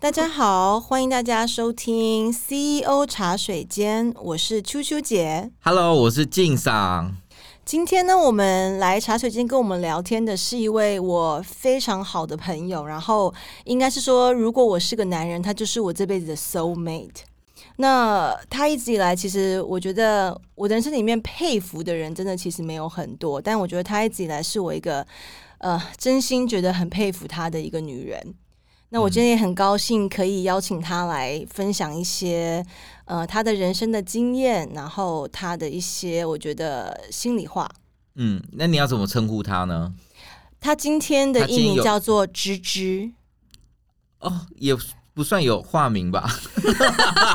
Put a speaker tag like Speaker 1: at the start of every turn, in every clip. Speaker 1: 大家好，欢迎大家收听 CEO 茶水间，我是秋秋姐。
Speaker 2: Hello，我是静赏。
Speaker 1: 今天呢，我们来茶水间跟我们聊天的是一位我非常好的朋友，然后应该是说，如果我是个男人，他就是我这辈子的 soul mate。那他一直以来，其实我觉得我人生里面佩服的人真的其实没有很多，但我觉得他一直以来是我一个呃真心觉得很佩服他的一个女人。那我今天也很高兴可以邀请他来分享一些呃他的人生的经验，然后他的一些我觉得心里话。
Speaker 2: 嗯，那你要怎么称呼他呢？
Speaker 1: 他今天的
Speaker 2: 他今
Speaker 1: 艺
Speaker 2: 天
Speaker 1: 名
Speaker 2: 有
Speaker 1: 叫做芝芝，
Speaker 2: 哦，也不算有化名吧。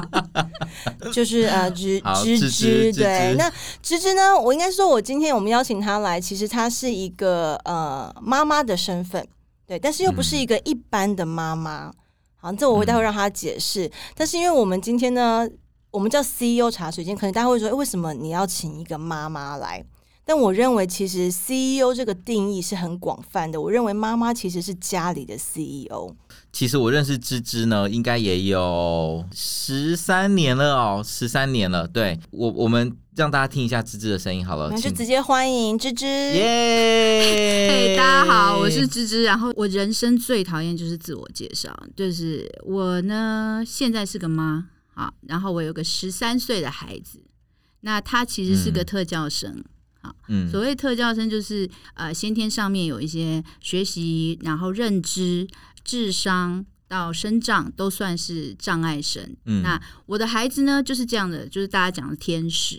Speaker 1: 就是呃芝
Speaker 2: 好
Speaker 1: 芝芝
Speaker 2: 芝芝芝
Speaker 1: 对
Speaker 2: 芝。
Speaker 1: 那芝芝呢，我应该说，我今天我们邀请他来，其实她是一个呃妈妈的身份，对，但是又不
Speaker 2: 嗯
Speaker 1: 是一个一般的妈妈。好，这我会待会让她解释。但是因为我们今天呢，我们叫 CEO 茶水间，可能大家会说，诶为什么你要请一个妈妈来？但我认为，其实 CEO 这个定义是很广泛的。我认为妈妈其实是家里的 E CEO。
Speaker 2: 其实我认识芝芝呢，应该也有十三年了哦，十三年了。对我，我们让大家听一下芝芝的声音好了，
Speaker 1: 那就
Speaker 2: 请
Speaker 1: 直接欢迎芝芝。
Speaker 2: 耶！
Speaker 3: 嘿、大家好，我是芝芝。然后我人生最讨厌就是自我介绍，就是我呢现在是个妈啊，然后我有个十三岁的孩子，那他其实是个
Speaker 2: 嗯
Speaker 3: 特教生。
Speaker 2: 嗯
Speaker 3: 所谓特教生，就是呃先天上面有一些学习，然后认知、智商到生长都算是障碍生。
Speaker 2: 嗯
Speaker 3: 那我的孩子呢，就是这样的，就是大家讲的天使。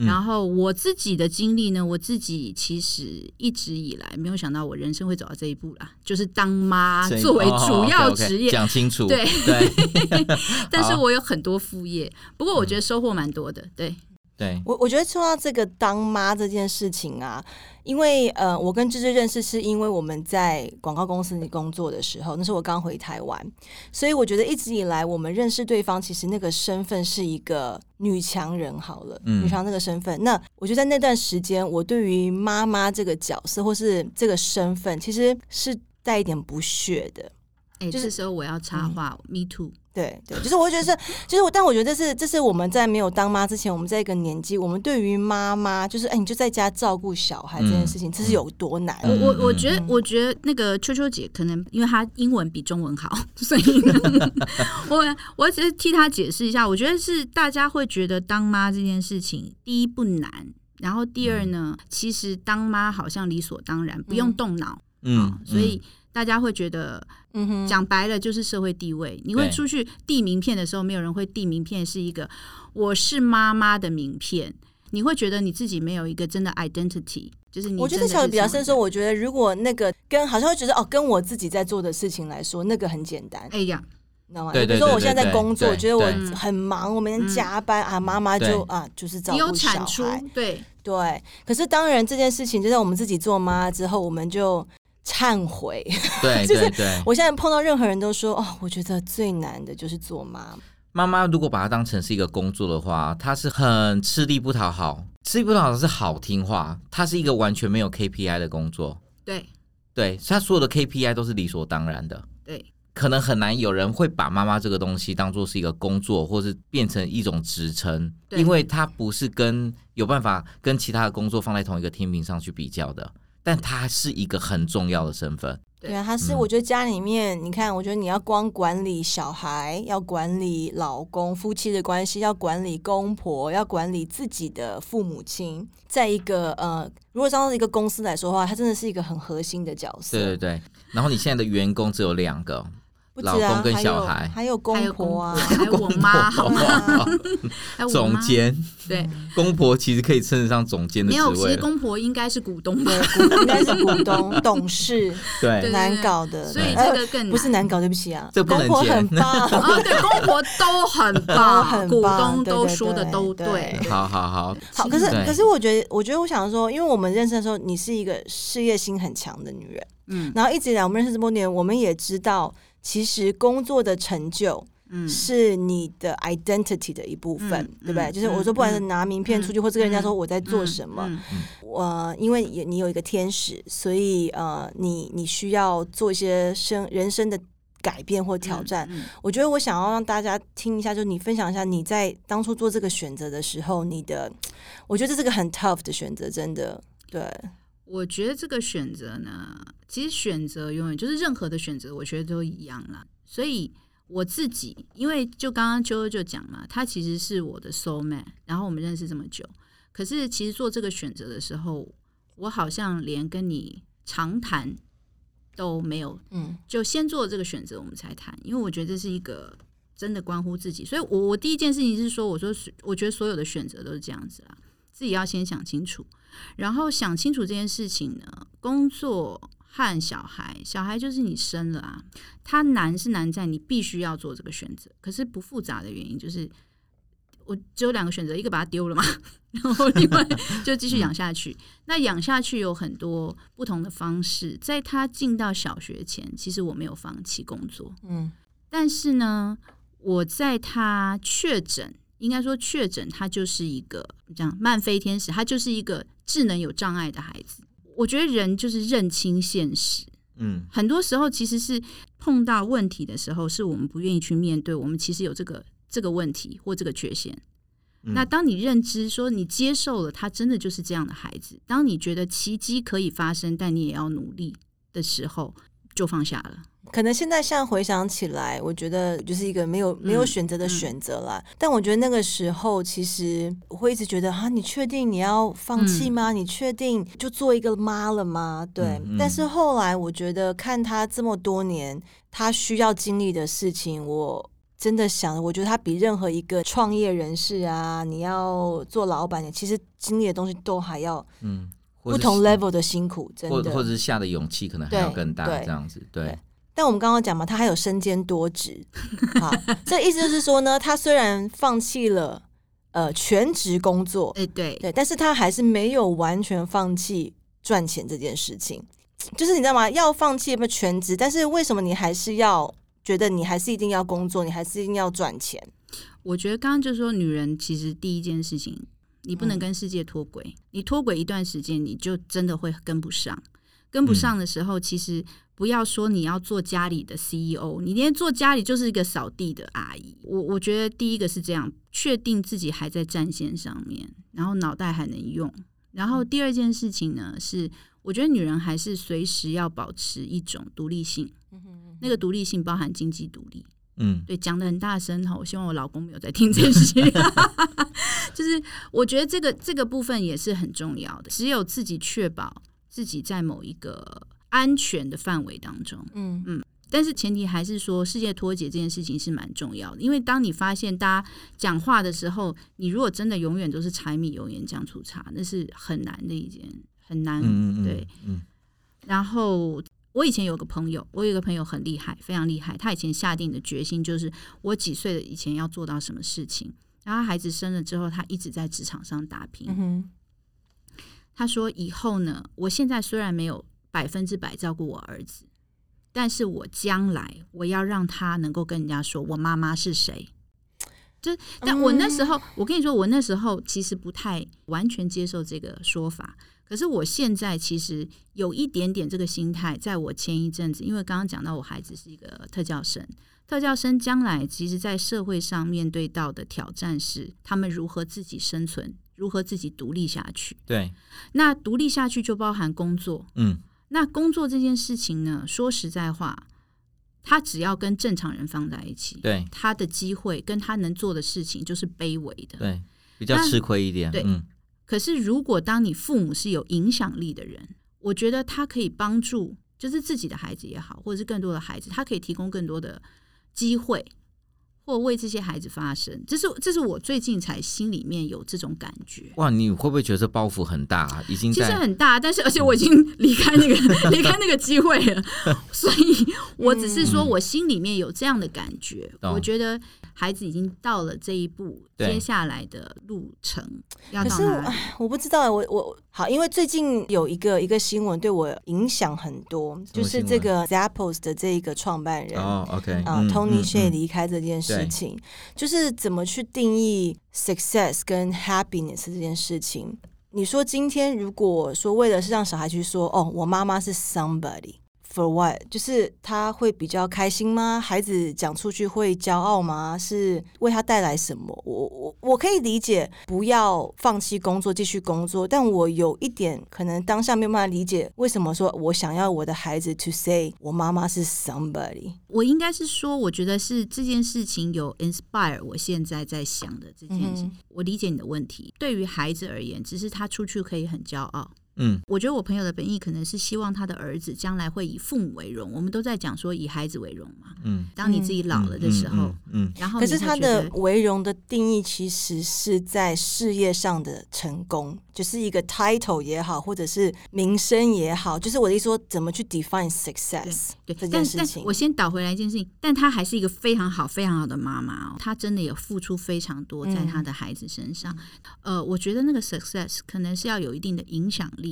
Speaker 2: 嗯
Speaker 3: 然后我自己的经历呢，我自己其实一直以来没有想到我人生会走到这一步啦，就是当妈
Speaker 2: 声音
Speaker 3: 作为
Speaker 2: 哦
Speaker 3: 主要
Speaker 2: OK，OK，
Speaker 3: 职业，
Speaker 2: 讲清楚。
Speaker 3: 对
Speaker 2: 对
Speaker 3: 但是
Speaker 2: 好
Speaker 3: 我有很多副业，不过我
Speaker 2: 嗯
Speaker 3: 觉得收获蛮多的。对，
Speaker 2: 对，
Speaker 1: 我我觉得说到这个当妈这件事情啊，因为呃，我跟芝芝认识是因为我们在广告公司里工作的时候，那时候我刚回台湾，所以我觉得一直以来我们认识对方，其实那个身份是一个女强人好了，
Speaker 2: 嗯
Speaker 1: 女强这个身份。那我觉得在那段时间，我对于妈妈这个角色或是这个身份，其实是带一点不屑的。
Speaker 3: 哎，
Speaker 1: 就是
Speaker 3: 这时候我要插话、m e too。
Speaker 1: 对对，就是我会觉得是，就是我，但我觉得这是这是我们在没有当妈之前，我们在一个年纪，我们对于妈妈就是，哎，你就在家照顾小孩这件事
Speaker 3: 嗯
Speaker 1: 情，这是有多难。
Speaker 3: 我我我
Speaker 2: 嗯
Speaker 3: 觉得
Speaker 1: 嗯，
Speaker 3: 我觉得那个秋秋姐可能因为她英文比中文好，所以呢 我我只是替她解释一下。我觉得是大家会觉得当妈这件事情，第一不难，然后第二呢，其实当妈好像理所当然，不用
Speaker 1: 嗯
Speaker 3: 动脑，
Speaker 2: 嗯，
Speaker 3: 所以大家会觉得
Speaker 1: 嗯哼，
Speaker 3: 讲白了就是社会地位。你会
Speaker 2: 对
Speaker 3: 出去递名片的时候，没有人会递名片是一个我是妈妈的名片，你会觉得你自己没有一个真的 identity，就是你
Speaker 1: 我觉得
Speaker 3: 真的
Speaker 1: 小的
Speaker 3: 是
Speaker 1: 比较
Speaker 3: 什么
Speaker 1: 深说，我觉得如果那个跟好像会觉得哦，跟我自己在做的事情来说，那个很简单，
Speaker 3: 哎呀，
Speaker 1: 你知道吗？
Speaker 2: 对对
Speaker 1: 比如说
Speaker 2: 对
Speaker 1: 我现在在
Speaker 2: 对
Speaker 1: 工作，
Speaker 2: 对
Speaker 1: 我觉得我
Speaker 2: 对
Speaker 1: 很忙，我每天
Speaker 3: 嗯
Speaker 1: 加班啊，妈妈就啊就是照
Speaker 3: 你有
Speaker 1: 顾小
Speaker 3: 产出
Speaker 1: 孩，，
Speaker 3: 对，
Speaker 1: 对。可是当然这件事情，就在我们自己做妈之后，我们就忏悔。
Speaker 2: 对
Speaker 1: 就是
Speaker 2: 对对，
Speaker 1: 我现在碰到任何人都说哦，我觉得最难的就是做妈。
Speaker 2: 妈妈如果把它当成是一个工作的话，她是很吃力不讨好，吃力不讨好是好听话，它是一个完全没有 KPI 的工作，
Speaker 3: 对
Speaker 2: 对，她所有的 KPI 都是理所当然的。
Speaker 3: 对，
Speaker 2: 可能很难有人会把妈妈这个东西当做是一个工作，或是变成一种职称，
Speaker 3: 对
Speaker 2: 因为它不是跟有办法跟其他的工作放在同一个天平上去比较的，但它是一个很重要的身份。
Speaker 3: 对
Speaker 1: 对啊，他是、
Speaker 2: 嗯
Speaker 1: 我觉得家里面，你看，我觉得你要光管理小孩，要管理老公、夫妻的关系，要管理公婆，要管理自己的父母亲，在一个呃，如果当到一个公司来说的话，他真的是一个很核心的角色。
Speaker 2: 对对对。然后你现在的员工只有两个，
Speaker 1: 不止啊，
Speaker 2: 老公跟小
Speaker 1: 还
Speaker 2: 孩
Speaker 1: 有还有
Speaker 3: 还
Speaker 1: 公
Speaker 3: 有
Speaker 1: 婆啊，
Speaker 3: 还有我妈，好
Speaker 2: 公
Speaker 3: 吗？
Speaker 2: 婆哦
Speaker 3: 还有 我
Speaker 2: 总
Speaker 3: 妈，
Speaker 2: 监。
Speaker 3: 对，
Speaker 2: 公婆其实可以称得上总监的
Speaker 3: 没
Speaker 2: 职
Speaker 3: 有，其
Speaker 2: 位
Speaker 3: 实
Speaker 2: 了，
Speaker 3: 公婆应该是股东吧，
Speaker 1: 对，股应该是股东、董事，
Speaker 2: 对
Speaker 3: 对
Speaker 1: 难搞的。
Speaker 3: 所以
Speaker 1: 呃
Speaker 3: 这个更
Speaker 1: 不是难搞，对不起啊，
Speaker 2: 这不能
Speaker 1: 公婆
Speaker 2: 剪
Speaker 1: 很棒。
Speaker 3: 啊，对，公婆都很
Speaker 1: 都
Speaker 3: 棒，
Speaker 1: 很
Speaker 3: 股
Speaker 1: 棒
Speaker 3: 东
Speaker 1: 对
Speaker 3: 都
Speaker 1: 对
Speaker 3: 说的
Speaker 1: 对
Speaker 3: 都
Speaker 1: 对
Speaker 3: 对，
Speaker 2: 好好好，
Speaker 1: 好，可是
Speaker 2: 对
Speaker 1: 可是我觉得，我觉得我想说，因为我们认识的时候，你是一个事业心很强的女人，
Speaker 3: 嗯
Speaker 1: 然后一直以来我们认识这么多年，我们也知道，其实工作的成就
Speaker 3: 嗯，
Speaker 1: 是你的 identity 的一部分，
Speaker 3: 嗯
Speaker 1: 对不对？
Speaker 3: 嗯
Speaker 1: 就是我说，不管是拿名片出去，或是跟人家说我在做
Speaker 3: 嗯
Speaker 1: 什么，
Speaker 3: 嗯
Speaker 1: 我、因为也你有一个天使，所以呃，你你需要做一些生人生的。改变或挑战。
Speaker 3: 嗯嗯
Speaker 1: 我觉得我想要让大家听一下，就是你分享一下你在当初做这个选择的时候，你的，我觉得这是个很 tough 的选择，真的，对，
Speaker 3: 我觉得这个选择呢，其实选择永远就是任何的选择，我觉得都一样啦。所以我自己，因为就刚刚秋秋就讲嘛，他其实是我的 soul man，然后我们认识这么久，可是其实做这个选择的时候，我好像连跟你长谈都没有
Speaker 1: 嗯
Speaker 3: 就先做这个选择，我们才谈，因为我觉得这是一个真的关乎自己。所以我我第一件事情是说，我说是我觉得所有的选择都是这样子啦，自己要先想清楚，然后想清楚这件事情呢，工作和小孩，小孩就是你生了啊，它难是难在你必须要做这个选择，可是不复杂的原因就是。我只有两个选择，一个把它丢了嘛， 然后另外就继续养下去。那养下去有很多不同的方式，在他进到小学前，其实我没有放弃工作，
Speaker 1: 嗯
Speaker 3: 但是呢，我在他确诊，应该说确诊，他就是一个这样慢飞天使，他就是一个智能有障碍的孩子。我觉得人就是认清现实，
Speaker 2: 嗯
Speaker 3: 很多时候其实是碰到问题的时候，是我们不愿意去面对，我们其实有这个这个问题或这个缺陷。
Speaker 2: 嗯
Speaker 3: 那当你认知说你接受了他真的就是这样的孩子，当你觉得奇迹可以发生，但你也要努力的时候，就放下了。
Speaker 1: 可能现在现在回想起来，我觉得就是一个没有没有
Speaker 2: 嗯
Speaker 1: 选择的选择啦。但我觉得那个时候，其实我会一直觉得啊，你确定你要放弃吗？你确定就做一个妈了吗？对。
Speaker 2: 嗯嗯嗯
Speaker 1: 但是后来，我觉得看他这么多年，他需要经历的事情，我。真的想，我觉得他比任何一个创业人士啊，你要做老板，你其实经历的东西都还要
Speaker 2: 嗯，或
Speaker 1: 不
Speaker 2: 者
Speaker 1: 同
Speaker 2: 是
Speaker 1: level 的辛苦，真
Speaker 2: 或
Speaker 1: 的。
Speaker 2: 或者是下的勇气可能还
Speaker 1: 对
Speaker 2: 要更大，
Speaker 1: 对
Speaker 2: 这样子对
Speaker 1: 对，但我们刚刚讲嘛，他还有身兼多职，好，这意思就是说呢，他虽然放弃了呃全职工作，
Speaker 3: 哎、对，
Speaker 1: 对，但是他还是没有完全放弃赚钱这件事情。就是你知道吗？要放弃不全职，但是为什么你还是要觉得你还是一定要工作，你还是一定要赚钱？
Speaker 3: 我觉得刚刚就说，女人其实第一件事情，你不能
Speaker 1: 嗯
Speaker 3: 跟世界脱轨，你脱轨一段时间，你就真的会跟不上。跟不上的时候，其实不要说你要做家里的 CEO，你连做家里就是一个扫地的阿姨。我我觉得第一个是这样，确定自己还在战线上面，然后脑袋还能用。然后第二件事情呢，是我觉得女人还是随时要保持一种独立性，那个独立性包含经济独立。
Speaker 2: 嗯
Speaker 3: 对，讲的很大声哈，我希望我老公没有在听 这些。 就是我觉得这个这个部分也是很重要的，只有自己确保自己在某一个安全的范围当中。
Speaker 1: 嗯
Speaker 3: 但是前提还是说，世界脱节这件事情是蛮重要的，因为当你发现大家讲话的时候，你如果真的永远都是柴米油盐酱醋茶，那是很难的一件很难。
Speaker 2: 嗯嗯嗯，
Speaker 3: 对，
Speaker 2: 嗯
Speaker 3: 然后我以前有个朋友，我有一个朋友很厉害，非常厉害。他以前下定的决心就是，我几岁的以前要做到什么事情。然后他孩子生了之后，他一直在职场上打拼。
Speaker 1: 嗯哼，
Speaker 3: 他说：“以后呢，我现在虽然没有百分之百照顾我儿子，但是我将来我要让他能够跟人家说我妈妈是谁。”就但我那时候，我跟你说，我那时候其实不太完全接受这个说法。可是我现在其实有一点点这个心态，在我前一阵子，因为刚刚讲到我孩子是一个特教生，特教生将来其实在社会上面对到的挑战是，他们如何自己生存，如何自己独立下去。
Speaker 2: 对，
Speaker 3: 那独立下去就包含工作。
Speaker 2: 嗯
Speaker 3: 那工作这件事情呢，说实在话，他只要跟正常人放在一起，
Speaker 2: 对
Speaker 3: 他的机会跟他能做的事情就是卑微的。
Speaker 2: 对，比较
Speaker 3: 那
Speaker 2: 吃亏一点，
Speaker 3: 对
Speaker 2: 嗯
Speaker 3: 可是如果当你父母是有影响力的人，我觉得他可以帮助，就是自己的孩子也好，或者是更多的孩子，他可以提供更多的机会。或为这些孩子发声，这是这是我最近才心里面有这种感觉。
Speaker 2: 哇，你会不会觉得这包袱很大、啊？已经
Speaker 3: 其实
Speaker 2: 在
Speaker 3: 很大，但是
Speaker 1: 嗯
Speaker 3: 而且我已经离开那个离开那个机会 了， 所以我只是
Speaker 1: 嗯
Speaker 3: 说我心里面有这样的感觉，
Speaker 2: 懂
Speaker 3: 我觉得孩子已经到了这一步，
Speaker 2: 对
Speaker 3: 接下来的路程要
Speaker 1: 可
Speaker 3: 到
Speaker 1: 是我
Speaker 3: 哪里？
Speaker 1: 我不知道，我我好，因为最近有一个一个新闻对我影响很多，
Speaker 2: 什
Speaker 1: 就
Speaker 2: 么
Speaker 1: 是
Speaker 2: 新
Speaker 1: 这
Speaker 2: 闻
Speaker 1: 个 Zappos 的这一个创办人
Speaker 2: 哦，OK，
Speaker 1: 啊、
Speaker 2: 嗯
Speaker 1: t o n y
Speaker 2: 嗯
Speaker 1: Shay
Speaker 2: 嗯
Speaker 1: 离开这件事
Speaker 2: 对
Speaker 1: 情，就是怎么去定义 success 跟 happiness 这件事情。你说今天如果说为了是让小孩去说，哦，我妈妈是 somebody。 for what？就是他会比较开心吗？孩子讲出去会骄傲吗？是为他带来什么？我我我可以理解，不要放弃工作，继续工作。但我有一点可能当下没有办法理解，为什么说我想要我的孩子 to say 我妈妈是 somebody？
Speaker 3: 我应该是说，我觉得是这件事情有 inspire 我现在在想的这件事。
Speaker 1: 嗯
Speaker 3: 我理解你的问题，对于孩子而言，只是他出去可以很骄傲。
Speaker 2: 嗯
Speaker 3: 我觉得我朋友的本意可能是希望他的儿子将来会以父母为荣。我们都在讲说以孩子为荣嘛。
Speaker 2: 嗯，
Speaker 3: 当你自己老了的时候，
Speaker 2: 嗯，嗯，嗯
Speaker 3: 然后
Speaker 1: 可
Speaker 3: 哦你
Speaker 1: 是
Speaker 3: 会
Speaker 1: 他
Speaker 3: 觉
Speaker 1: 的
Speaker 3: 得
Speaker 1: 为荣的定义其实是在事业上的成功，就是一个 title 也好，或者是名声也好，就是我的意思说，怎么去 define success
Speaker 3: 对
Speaker 1: 这，件
Speaker 3: 但
Speaker 1: 事
Speaker 3: 但
Speaker 1: 情
Speaker 3: 我先倒回来一件事情，但她还是一个非常好、非常好的妈妈哦，她真的也付出非常多在她的孩子身上。呃，我觉得那个 success 可能是要有一定的影响力。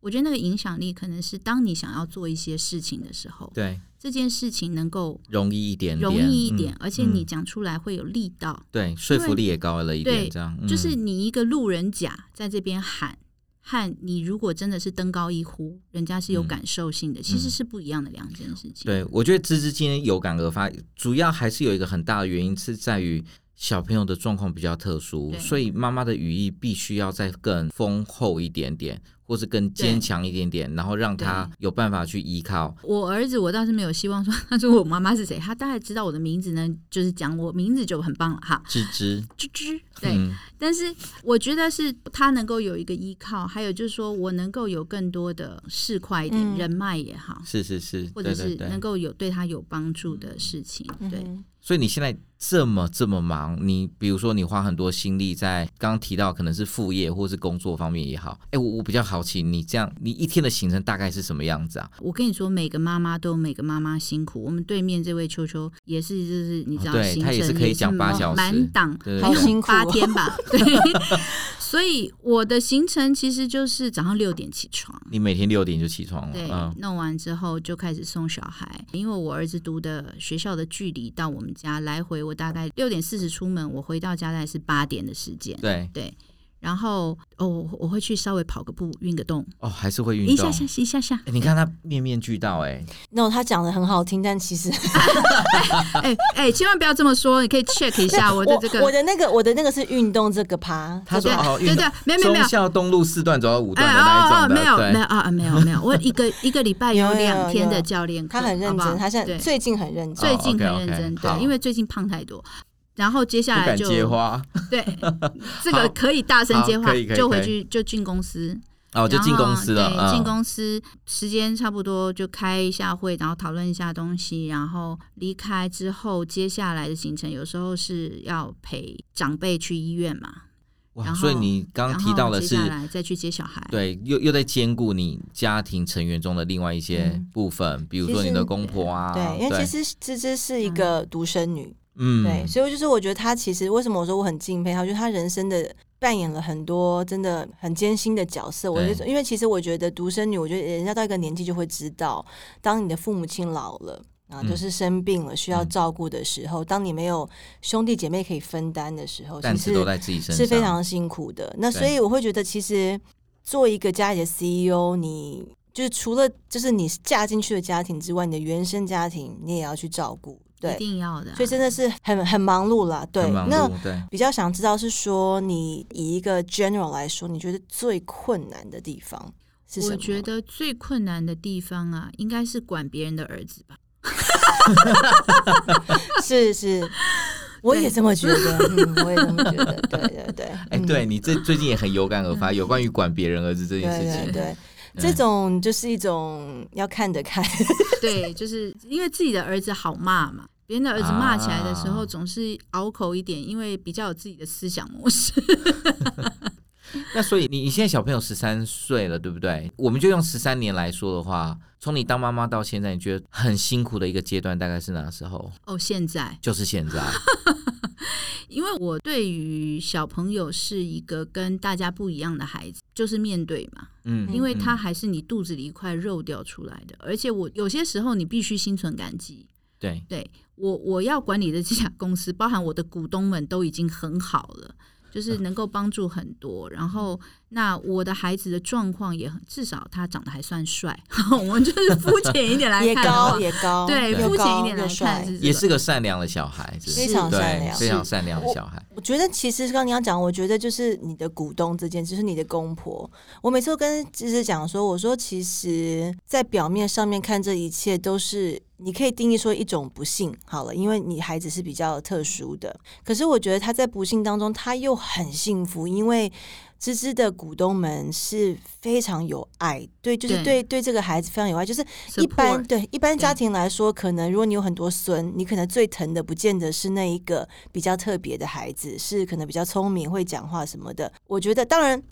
Speaker 3: 我觉得那个影响力可能是当你想要做一些事情的时候，
Speaker 2: 对，
Speaker 3: 这件事情能够
Speaker 2: 容易一点点，
Speaker 3: 容易一点，
Speaker 2: 嗯
Speaker 3: 而且你
Speaker 2: 嗯
Speaker 3: 讲出来会有力道。
Speaker 2: 对说服力也高了一点，
Speaker 3: 对
Speaker 2: 这样
Speaker 3: 就是
Speaker 2: 嗯
Speaker 3: 你一个路人甲在这边喊。和你如果真的是登高一呼，人家是有
Speaker 2: 嗯
Speaker 3: 感受性的，其实
Speaker 2: 嗯
Speaker 3: 是不一样的两件事情。
Speaker 2: 对，我觉得芝芝今天有感而发，主要还是有一个很大的原因是在于小朋友的状况比较特殊
Speaker 3: 对，
Speaker 2: 所以妈妈的语义必须要再更丰厚一点点，或是更
Speaker 3: 对
Speaker 2: 坚强一点点，然后让他有办法去依靠。
Speaker 3: 我儿子，我倒是没有希望说他说我妈妈是谁，他大概知道我的名字呢，就是讲我名字就很棒了哈，
Speaker 2: 芝芝，
Speaker 3: 吱吱，对。
Speaker 2: 嗯
Speaker 3: 但是我觉得是他能够有一个依靠，还有就是说我能够有更多的市侩一点、
Speaker 1: 嗯
Speaker 3: 人脉也好，
Speaker 2: 是是是，
Speaker 3: 或
Speaker 2: 对
Speaker 3: 者
Speaker 2: 对
Speaker 3: 是能
Speaker 2: 对。
Speaker 3: 够有对他有帮助的事情，对。
Speaker 1: 嗯
Speaker 2: 所以你现在这么这么忙，你比如说你花很多心力在刚刚提到可能是副业或是工作方面也好，哎，我我比较好奇，你这样你一天的行程大概是什么样子啊？
Speaker 3: 我跟你说，每个妈妈都有每个妈妈辛苦。我们对面这位秋秋也是，就是你知道，
Speaker 2: 哦对
Speaker 3: 行
Speaker 2: 她
Speaker 3: 程
Speaker 2: 也是可以讲八
Speaker 3: 满
Speaker 2: 小时
Speaker 3: 满档，
Speaker 2: 对
Speaker 3: 还有
Speaker 1: 好辛苦哦
Speaker 3: 八 天吧。对，所以我的行程其实就是早上六点起床。
Speaker 2: 你每天六点就起床了，
Speaker 3: 对
Speaker 2: 嗯，，
Speaker 3: 哦弄完之后就开始送小孩，因为我儿子读的学校的距离到我们家来回，我大概六点四十出门，我回到家大概是八点的时间。
Speaker 2: 对，
Speaker 3: 对，然后哦，我我会去稍微跑个步，运个动，
Speaker 2: 哦，还是会运
Speaker 3: 一
Speaker 2: 动
Speaker 3: 下。下一下下，
Speaker 2: 欸你看他面面俱到、欸，
Speaker 1: no，他讲的很好听，但其实
Speaker 3: 哎哎，千万不要这么说，你可以 check 一下我的这
Speaker 1: 我
Speaker 3: 个。
Speaker 1: 的那个我的那个是运动这个趴，
Speaker 2: 他说
Speaker 3: 对
Speaker 2: 哦，
Speaker 3: 对对，没有没有
Speaker 2: 中
Speaker 3: 没有，
Speaker 2: 校东路四段走到五段的那
Speaker 3: 哦
Speaker 2: 一
Speaker 3: 哦，
Speaker 2: 种的，
Speaker 3: 没有没
Speaker 2: 对
Speaker 3: 有啊，没有没有，我一个一个 礼拜有
Speaker 1: 有有
Speaker 3: 两天的
Speaker 1: 有
Speaker 3: 教练课，
Speaker 1: 他很认
Speaker 3: 好不好
Speaker 1: 真，他现在
Speaker 3: 对
Speaker 1: 最近很认真。
Speaker 3: 最近很
Speaker 2: 哦 OK，OK，
Speaker 3: 认真，
Speaker 2: 好
Speaker 3: 对，因为最近胖太多。然后接下
Speaker 2: 不
Speaker 3: 来
Speaker 2: 敢
Speaker 3: 哎就
Speaker 2: 接花，
Speaker 3: 对这个可以大声接
Speaker 2: 好
Speaker 3: 话
Speaker 2: 可以可，以
Speaker 3: 就
Speaker 2: 可
Speaker 3: 回
Speaker 2: 以
Speaker 3: 去就进公司，
Speaker 2: 哦，就
Speaker 3: 然
Speaker 2: 进
Speaker 3: 后
Speaker 2: 公司了，
Speaker 3: 对，
Speaker 2: 嗯
Speaker 3: 进公司时间差不多就开一下会，然后讨论一下东西，然后离开之后，接下来的行程有时候是要陪长辈去医院嘛，
Speaker 2: 哇，
Speaker 3: 然后
Speaker 2: 所以你刚
Speaker 3: 然
Speaker 2: 刚
Speaker 3: 后
Speaker 2: 提到的
Speaker 3: 接下
Speaker 2: 是。
Speaker 3: 来再去接小孩，
Speaker 2: 对，又又在兼顾你家庭成员中的另外一些
Speaker 1: 嗯
Speaker 2: 部分，比如说
Speaker 1: 其实
Speaker 2: 你的公婆啊，
Speaker 1: 对，因为其实芝芝是
Speaker 3: 嗯
Speaker 1: 一个独生女，
Speaker 2: 嗯，
Speaker 1: 对，所以就是我觉得她其实为什么我说我很敬佩她，就是她人生的扮演了很多真的很艰辛的角色。我
Speaker 2: 对
Speaker 1: 就是因为其实我觉得独生女，我觉得人家到一个年纪就会知道，当你的父母亲老了。啊，
Speaker 2: 嗯
Speaker 1: 就是生病了需要
Speaker 2: 嗯
Speaker 1: 照顾的时候，当你没有兄弟姐妹可以分担的时候，其
Speaker 2: 但是
Speaker 1: 实
Speaker 2: 都在自己身上，
Speaker 1: 是非常辛苦的。那所以我会觉得，其实做一个家里的 CEO，你就是除了就是你嫁进去的家庭之外，你的原生家庭你也要去照顾，
Speaker 3: 一
Speaker 1: 对，
Speaker 3: 定要的啊，
Speaker 1: 所以真的是很很忙碌啦。对，
Speaker 2: 很忙
Speaker 1: 那
Speaker 2: 碌，对，
Speaker 1: 比较想知道是说，你以一个 general 来说，你觉得最困难的地方是什么？
Speaker 3: 我觉得最困难的地方啊，应该是管别人的儿子吧。
Speaker 1: 是 是，我也这么觉得，嗯，我也这么觉得，对对对，
Speaker 2: 哎、
Speaker 1: 嗯
Speaker 2: 对你这最近也很有感而
Speaker 3: 嗯
Speaker 2: 发，有关于管别人儿子这件事
Speaker 1: 对对
Speaker 2: 情，
Speaker 1: 对，
Speaker 2: 嗯
Speaker 1: 这种就是一种要看得开。
Speaker 3: 对，就是因为自己的儿子好骂嘛，别人的儿子骂起来的时候
Speaker 2: 啊
Speaker 3: 总是拗口一点，因为比较有自己的思想模式。
Speaker 2: 那所以你你现在小朋友十三岁了，对不对？我们就用十三年来说的话，从你当妈妈到现在，你觉得很辛苦的一个阶段大概是哪时候？
Speaker 3: 哦，现在
Speaker 2: 就是现 在。
Speaker 3: 因为我对于小朋友是一个跟大家不一样的孩子，就是面对嘛，
Speaker 2: 嗯，
Speaker 3: 因为他
Speaker 2: 嗯
Speaker 3: 还是你肚子里一块肉掉出来的，而且我有些时候你必须心存感激。
Speaker 2: 对
Speaker 3: 对我，我要管理的这家公司，包含我的股东们都已经很好了，就是能够帮助很多。然后那我的孩子的状况也很，至少他长得还算帅。 我们就是肤浅一点来
Speaker 1: 也
Speaker 3: 看的话
Speaker 1: 高，也高，
Speaker 3: 对，
Speaker 1: 又
Speaker 3: 肤浅一
Speaker 1: 高
Speaker 3: 点
Speaker 1: 又
Speaker 3: 来看
Speaker 1: 帅。
Speaker 3: 是这
Speaker 2: 也
Speaker 3: 个
Speaker 2: 是个善良的小孩子，
Speaker 1: 非常善
Speaker 2: 对，
Speaker 1: 良
Speaker 2: 非常善良的小孩。
Speaker 1: 我觉得其实刚刚你要讲，我觉得就是你的股东这件，就是你的公婆。我每次都跟芝芝讲说，我说其实，在表面上面看这一切都是你可以定义说一种不幸好了，因为你孩子是比较特殊的。可是我觉得他在不幸当中，他又很幸福，因为。芝芝的股东们是非常有爱，对，就是对
Speaker 3: 对
Speaker 1: 对这个孩子非常有爱，就是一般
Speaker 3: Support
Speaker 1: 对一般家庭来说，可能如果你有很多孙，你可能最疼的不见得是那一个比较特别的孩子，是可能比较聪明、会讲话什么的。我觉得，当然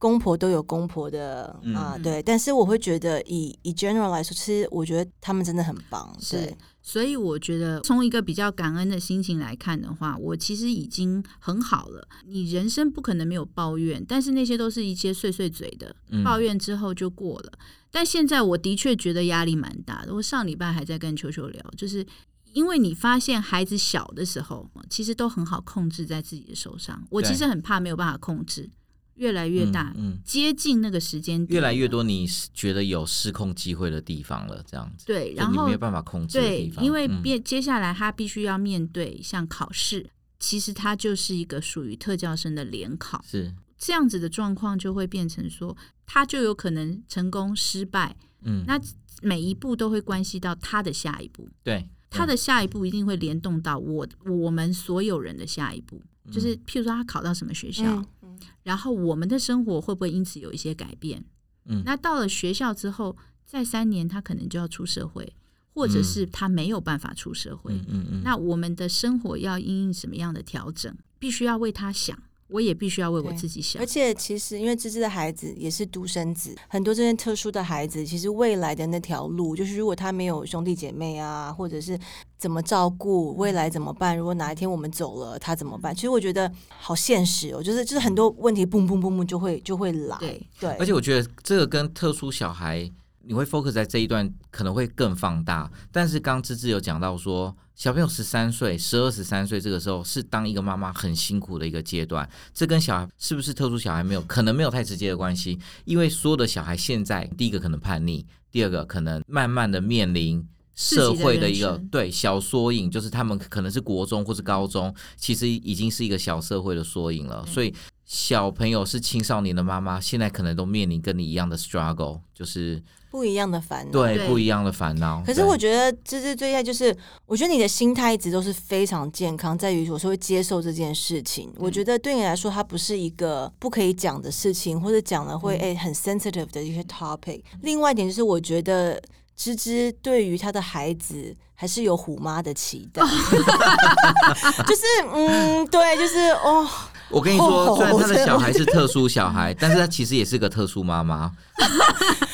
Speaker 1: 公婆都有公婆的啊、
Speaker 2: 嗯
Speaker 1: 对，但是我会觉得以以 general 来说，其实我觉得他们真的很棒，
Speaker 3: 是
Speaker 1: 对，
Speaker 3: 所以我觉得，从一个比较感恩的心情来看的话，我其实已经很好了。你人生不可能没有抱怨，但是那些都是一些碎碎嘴的，
Speaker 2: 嗯
Speaker 3: 抱怨之后就过了。但现在我的确觉得压力蛮大的。我上礼拜还在跟球球聊，就是因为你发现孩子小的时候，其实都很好控制在自己的手上。我
Speaker 2: 对
Speaker 3: 其实很怕没有办法控制，越来越大，
Speaker 2: 嗯嗯
Speaker 3: 接近那个时间点
Speaker 2: 越来越
Speaker 3: 了。
Speaker 2: 多你觉得有失控机会的地方了，这样子，
Speaker 3: 对，
Speaker 2: 就
Speaker 3: 然
Speaker 2: 你
Speaker 3: 后
Speaker 2: 没有办法控制的地
Speaker 3: 对，
Speaker 2: 方，
Speaker 3: 因为
Speaker 2: 嗯
Speaker 3: 面接下来他必须要面对像考试，其实他就是一个属于特教生的联考，
Speaker 2: 是
Speaker 3: 这样子的状况就会变成说，他就有可能成功失败，
Speaker 2: 嗯，
Speaker 3: 那每一步都会关系到他的下一步，
Speaker 2: 对
Speaker 3: 他的下一步一定会联动到我我们所有人的下一步，
Speaker 2: 嗯
Speaker 3: 就是譬如说他考到什么学校，
Speaker 1: 嗯嗯
Speaker 3: 然后我们的生活会不会因此有一些改变？
Speaker 2: 嗯
Speaker 3: 那到了学校之后，在三年他可能就要出社会，或者是他没有办法出社会。
Speaker 2: 嗯嗯嗯，
Speaker 3: 那我们的生活要因应什么样的调整？必须要为他想，我也必须要为我
Speaker 1: 对
Speaker 3: 自己想
Speaker 1: 而。且其实因为芝芝的孩子也是独生子，很多这些特殊的孩子，其实未来的那条路，就是如果他没有兄弟姐妹啊，或者是怎么照顾，未来怎么办？如果哪一天我们走了，他怎么办？其实我觉得好现实哦，就是就是很多问题，嘣嘣嘣嘣就会就会来。
Speaker 3: 对
Speaker 1: 对，
Speaker 2: 而且我觉得这个跟特殊小孩，你会 focus 在这一段可能会更放大。但是刚芝芝有讲到说，小朋友十三岁、十二十三岁这个时候是当一个妈妈很辛苦的一个阶段，这跟小孩是不是特殊小孩没有可能没有太直接的关系，因为所有的小孩现在第一个可能叛逆，第二个可能慢慢的面临。
Speaker 3: 己的
Speaker 2: 社会的一
Speaker 3: 人
Speaker 2: 个
Speaker 3: 生
Speaker 2: 对小缩影，就是他们可能是国中或是高中，其实已经是一个小社会的缩影了。所以小朋友是青少年的妈妈，现在可能都面临跟你一样的 struggle，就是
Speaker 1: 不一样的烦恼。
Speaker 2: 对
Speaker 3: 对
Speaker 2: 不一样的烦恼。
Speaker 1: 可是我
Speaker 2: 对
Speaker 1: 觉得芝芝最厉害就是，我觉得你的心态一直都是非常健康，在于我说会接受这件事
Speaker 3: 嗯
Speaker 1: 情。我觉得对你来说，它不是一个不可以讲的事情，或者讲了
Speaker 3: 嗯
Speaker 1: 会诶、很 sensitive 的一些 topic。另外一点就是，我觉得芝芝对于她的孩子还是有虎妈的期 待， 就是嗯，对，就是哦，
Speaker 2: 我跟你说，
Speaker 1: 哦
Speaker 2: 虽然他
Speaker 1: 我觉
Speaker 2: 的
Speaker 1: 得
Speaker 2: 小孩是特殊小孩，但是他其实也是个特殊 妈妈。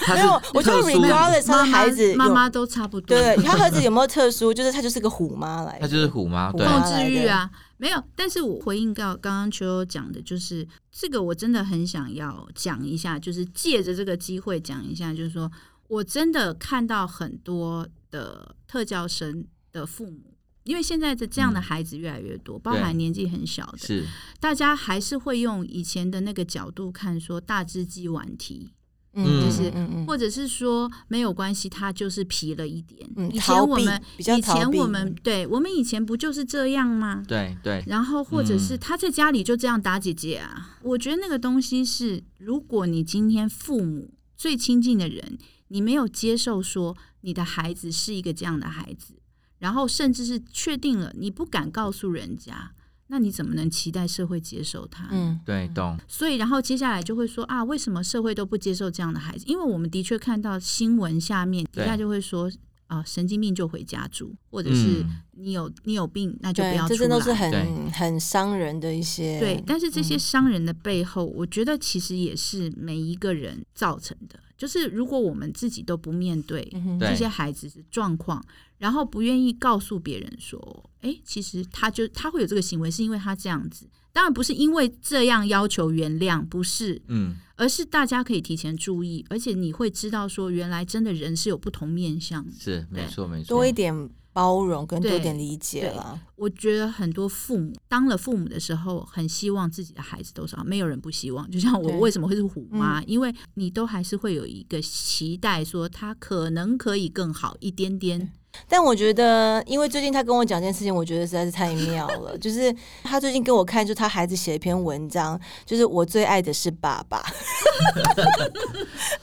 Speaker 2: 他
Speaker 1: 没有，我
Speaker 2: 是
Speaker 1: 觉
Speaker 2: 特
Speaker 1: 得
Speaker 2: 殊，
Speaker 1: regardless 她
Speaker 3: 妈
Speaker 1: 的
Speaker 3: 妈
Speaker 1: 孩子有
Speaker 3: 妈妈都差不多，
Speaker 1: 对她孩子有没有特殊，就是她就是个虎妈来的，
Speaker 2: 他就是虎妈，
Speaker 1: 虎
Speaker 2: 对
Speaker 1: 妈
Speaker 3: 梦治愈啊，没有。但是我回应到刚刚秋秋讲的，就是这个，我真的很想要讲一下，就是借着这个机会讲一下，就是说我真的看到很多的特教生的父母，因为现在的这样的
Speaker 2: 嗯
Speaker 3: 孩子越来越多，包含年纪很小的，
Speaker 2: 是
Speaker 3: 大家还是会用以前的那个角度看，说大只鸡晚蹄。
Speaker 1: 嗯，
Speaker 2: 就是
Speaker 1: 嗯嗯
Speaker 3: 或者是说没有关系，他就是皮了一点。
Speaker 1: 嗯
Speaker 3: 以前
Speaker 1: 逃
Speaker 3: 我
Speaker 1: 避
Speaker 3: 们
Speaker 1: 比较
Speaker 3: 以
Speaker 1: 逃
Speaker 3: 前
Speaker 1: 避嗯
Speaker 3: 我们对我们以前不就是这样吗？
Speaker 2: 对对，
Speaker 3: 然后或者是
Speaker 2: 嗯
Speaker 3: 他在家里就这样打姐姐啊。我觉得那个东西是，如果你今天父母最亲近的人，你没有接受说你的孩子是一个这样的孩子，然后甚至是确定了你不敢告诉人家，那你怎么能期待社会接受他呢？
Speaker 1: 嗯
Speaker 2: 对懂，
Speaker 3: 所以，然后接下来就会说啊，为什么社会都不接受这样的孩子？因为我们的确看到新闻下面底
Speaker 2: 对
Speaker 3: 下就会说啊、神经病就回家住，或者是
Speaker 2: 嗯
Speaker 3: 你有你有病那就不
Speaker 1: 对，
Speaker 3: 要出
Speaker 1: 这真
Speaker 3: 来。
Speaker 1: 都是很嗯
Speaker 2: 对
Speaker 1: 很伤人的一些。
Speaker 3: 对，但是这些商人的背后，我觉得其实也是每一个人造成的。就是如果我们自己都不面对
Speaker 1: 嗯哼，
Speaker 2: 对
Speaker 3: 这些孩子的状况，然后不愿意告诉别人说，诶，其实他就他会有这个行为，是因为他这样子。当然不是因为这样要求原谅，不是，
Speaker 2: 嗯，
Speaker 3: 而是大家可以提前注意，而且你会知道说，原来真的人是有不同面相的。
Speaker 2: 是没错没错，
Speaker 1: 多一点包容跟多
Speaker 3: 对
Speaker 1: 点理解
Speaker 3: 对
Speaker 1: 了。
Speaker 3: 我觉得很多父母当了父母的时候，很希望自己的孩子都是好，啊没有人不希望。就像
Speaker 1: 对嗯
Speaker 3: 我为什么会是虎妈，因为你都还是会有一个期待，说他可能可以更好一点点。
Speaker 1: 但我觉得，因为最近他跟我讲这件事情，我觉得实在是太妙 了。就是他最近给我看，就他孩子写一篇文章，就是我最爱的是爸爸。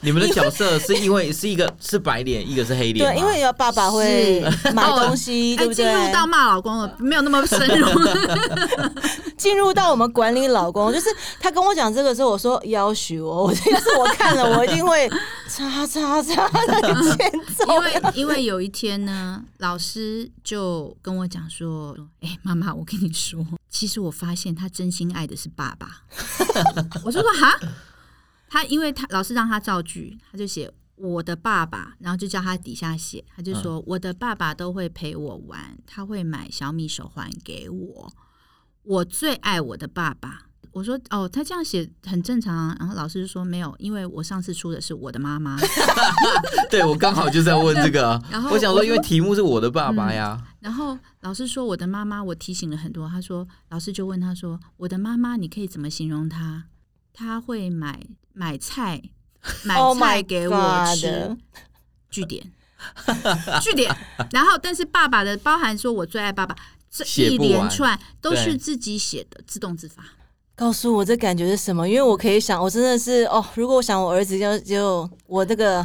Speaker 2: 你们的角色是因为是一个是白脸，一个是黑脸吗，
Speaker 1: 对，因为要爸爸会买东西，对
Speaker 3: 哎，
Speaker 1: 不
Speaker 3: 进
Speaker 1: 对？
Speaker 3: 入到骂老公了，没有那么深入。
Speaker 1: 进入到我们管理老 公，就是他跟我讲这个时候，我说要许我，我这次我看了，我一定会叉叉叉的欠
Speaker 3: 因
Speaker 1: 揍。
Speaker 3: 为因为有一天呢，老师就跟我讲说：“哎、妈妈，我跟你说，其实我发现他真心爱的是爸爸。”我就说：“哈，他因为他老师让他造句，他就写我的爸爸，然后就叫他底下写，他就说、我的爸爸都会陪我玩，他会买小米手环给我，我最爱我的爸爸。”我说哦，他这样写很正常啊。然后老师就说没有，因为我上次出的是我的妈妈。
Speaker 2: 对我刚好就在问这个啊
Speaker 3: 然，后
Speaker 2: 我想说，因为题目是我的爸
Speaker 1: 嗯
Speaker 2: 爸呀，
Speaker 3: 然后老师说我的妈妈，我提醒了很多。他说，老师就问他说，我的妈妈，你可以怎么形容她？她会买买菜，买
Speaker 1: Oh my
Speaker 3: 菜给我吃
Speaker 1: God。
Speaker 3: 据点， 据点。然后，但是爸爸的包含说我最爱爸爸，这
Speaker 2: 写
Speaker 3: 一
Speaker 2: 不完
Speaker 3: 连串都
Speaker 2: 对
Speaker 3: 是自己写的，自动自发。
Speaker 1: 告诉我这感觉是什么？因为我可以想，我真的是哦，如果我想我儿子就就我这个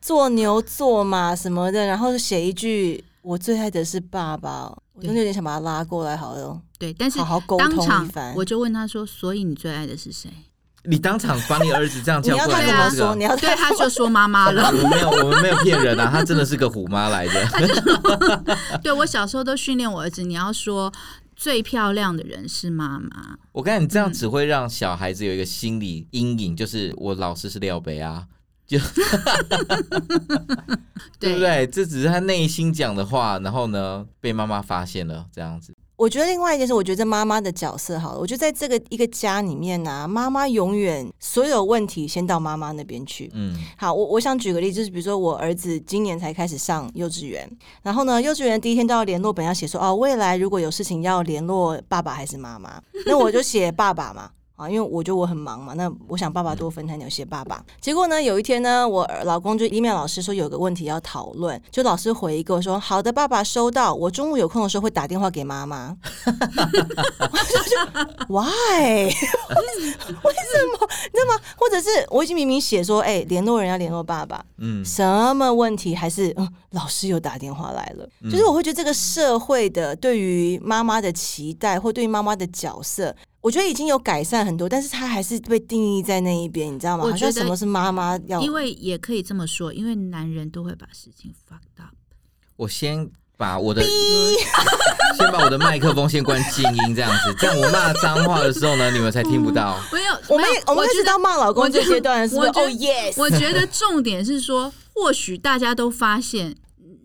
Speaker 1: 做牛做马什么的，然后写一句我最爱的是爸爸，我真的有点想把他拉过来，好了，哦
Speaker 3: 对，但是
Speaker 1: 好好沟
Speaker 3: 当
Speaker 1: 通一
Speaker 3: 场
Speaker 1: 番。
Speaker 3: 我就问他说，所以你最爱的是 谁？
Speaker 2: 你当场把你儿子这样
Speaker 1: 你
Speaker 2: 叫
Speaker 1: 要
Speaker 2: 过
Speaker 1: 他
Speaker 2: 来，
Speaker 1: 怎么
Speaker 2: 这
Speaker 1: 说？
Speaker 2: 个
Speaker 1: 你 要
Speaker 3: 对，
Speaker 1: 他
Speaker 3: 他就说妈妈 了。
Speaker 2: 我没有，我们没有骗人啊，他真的是个虎妈来的。
Speaker 3: 对我小时候都训练我儿子，你要说最漂亮的人是妈妈。
Speaker 2: 我跟你
Speaker 1: 嗯
Speaker 2: 这样只会让小孩子有一个心理阴影，就是我老师是廖北啊，对不对？这只是他内心讲的话，然后呢被妈妈发现了，这样子。
Speaker 1: 我觉得另外一件事，我觉得妈妈的角色好了，我觉得在这个一个家里面呢、妈妈永远所有问题先到妈妈那边去。
Speaker 2: 嗯，
Speaker 1: 好，我我想举个例子，就是比如说我儿子今年才开始上幼稚园，然后呢，幼稚园第一天都要联络本要写说哦，未来如果有事情要联络爸爸还是妈妈，那我就写爸爸嘛。啊，因为我觉得我很忙嘛，那我想爸爸多分摊点，我写爸爸。结果呢，有一天呢，我老公就 email 老师说有个问题要讨论，就老师回一个说好的，爸爸收到，我中午有空的时候会打电话给妈妈。我就觉得 Why？那么，或者是我已经明明写说，哎、联络人要联络爸爸，
Speaker 2: 嗯
Speaker 1: 什么问题？还是、嗯、老师又打电话来了？就是我会觉得这个社会的对于妈妈的期待，或对于妈妈的角色。我觉得已经有改善很多，但是它还是被定义在那一边，你知道吗？
Speaker 3: 我
Speaker 1: 好像
Speaker 3: 觉得
Speaker 1: 什么是妈妈要，
Speaker 3: 因为也可以这么说，因为男人都会把事情 fucked up。
Speaker 2: 我先把我的 先把我的麦克风先关静音，这样子，这样我骂脏话的时候呢，你们才听不到。
Speaker 3: 没有，
Speaker 1: 我们
Speaker 3: 没
Speaker 1: 也
Speaker 3: 有
Speaker 1: 我们
Speaker 3: 觉
Speaker 1: 开始
Speaker 3: 得
Speaker 1: 到骂老公
Speaker 3: 我觉
Speaker 1: 这
Speaker 3: 得
Speaker 1: 阶段了，是不是？
Speaker 3: 我觉
Speaker 1: 哦
Speaker 3: 得
Speaker 1: ，yes，
Speaker 3: 我觉得重点是说，或许大家都发现，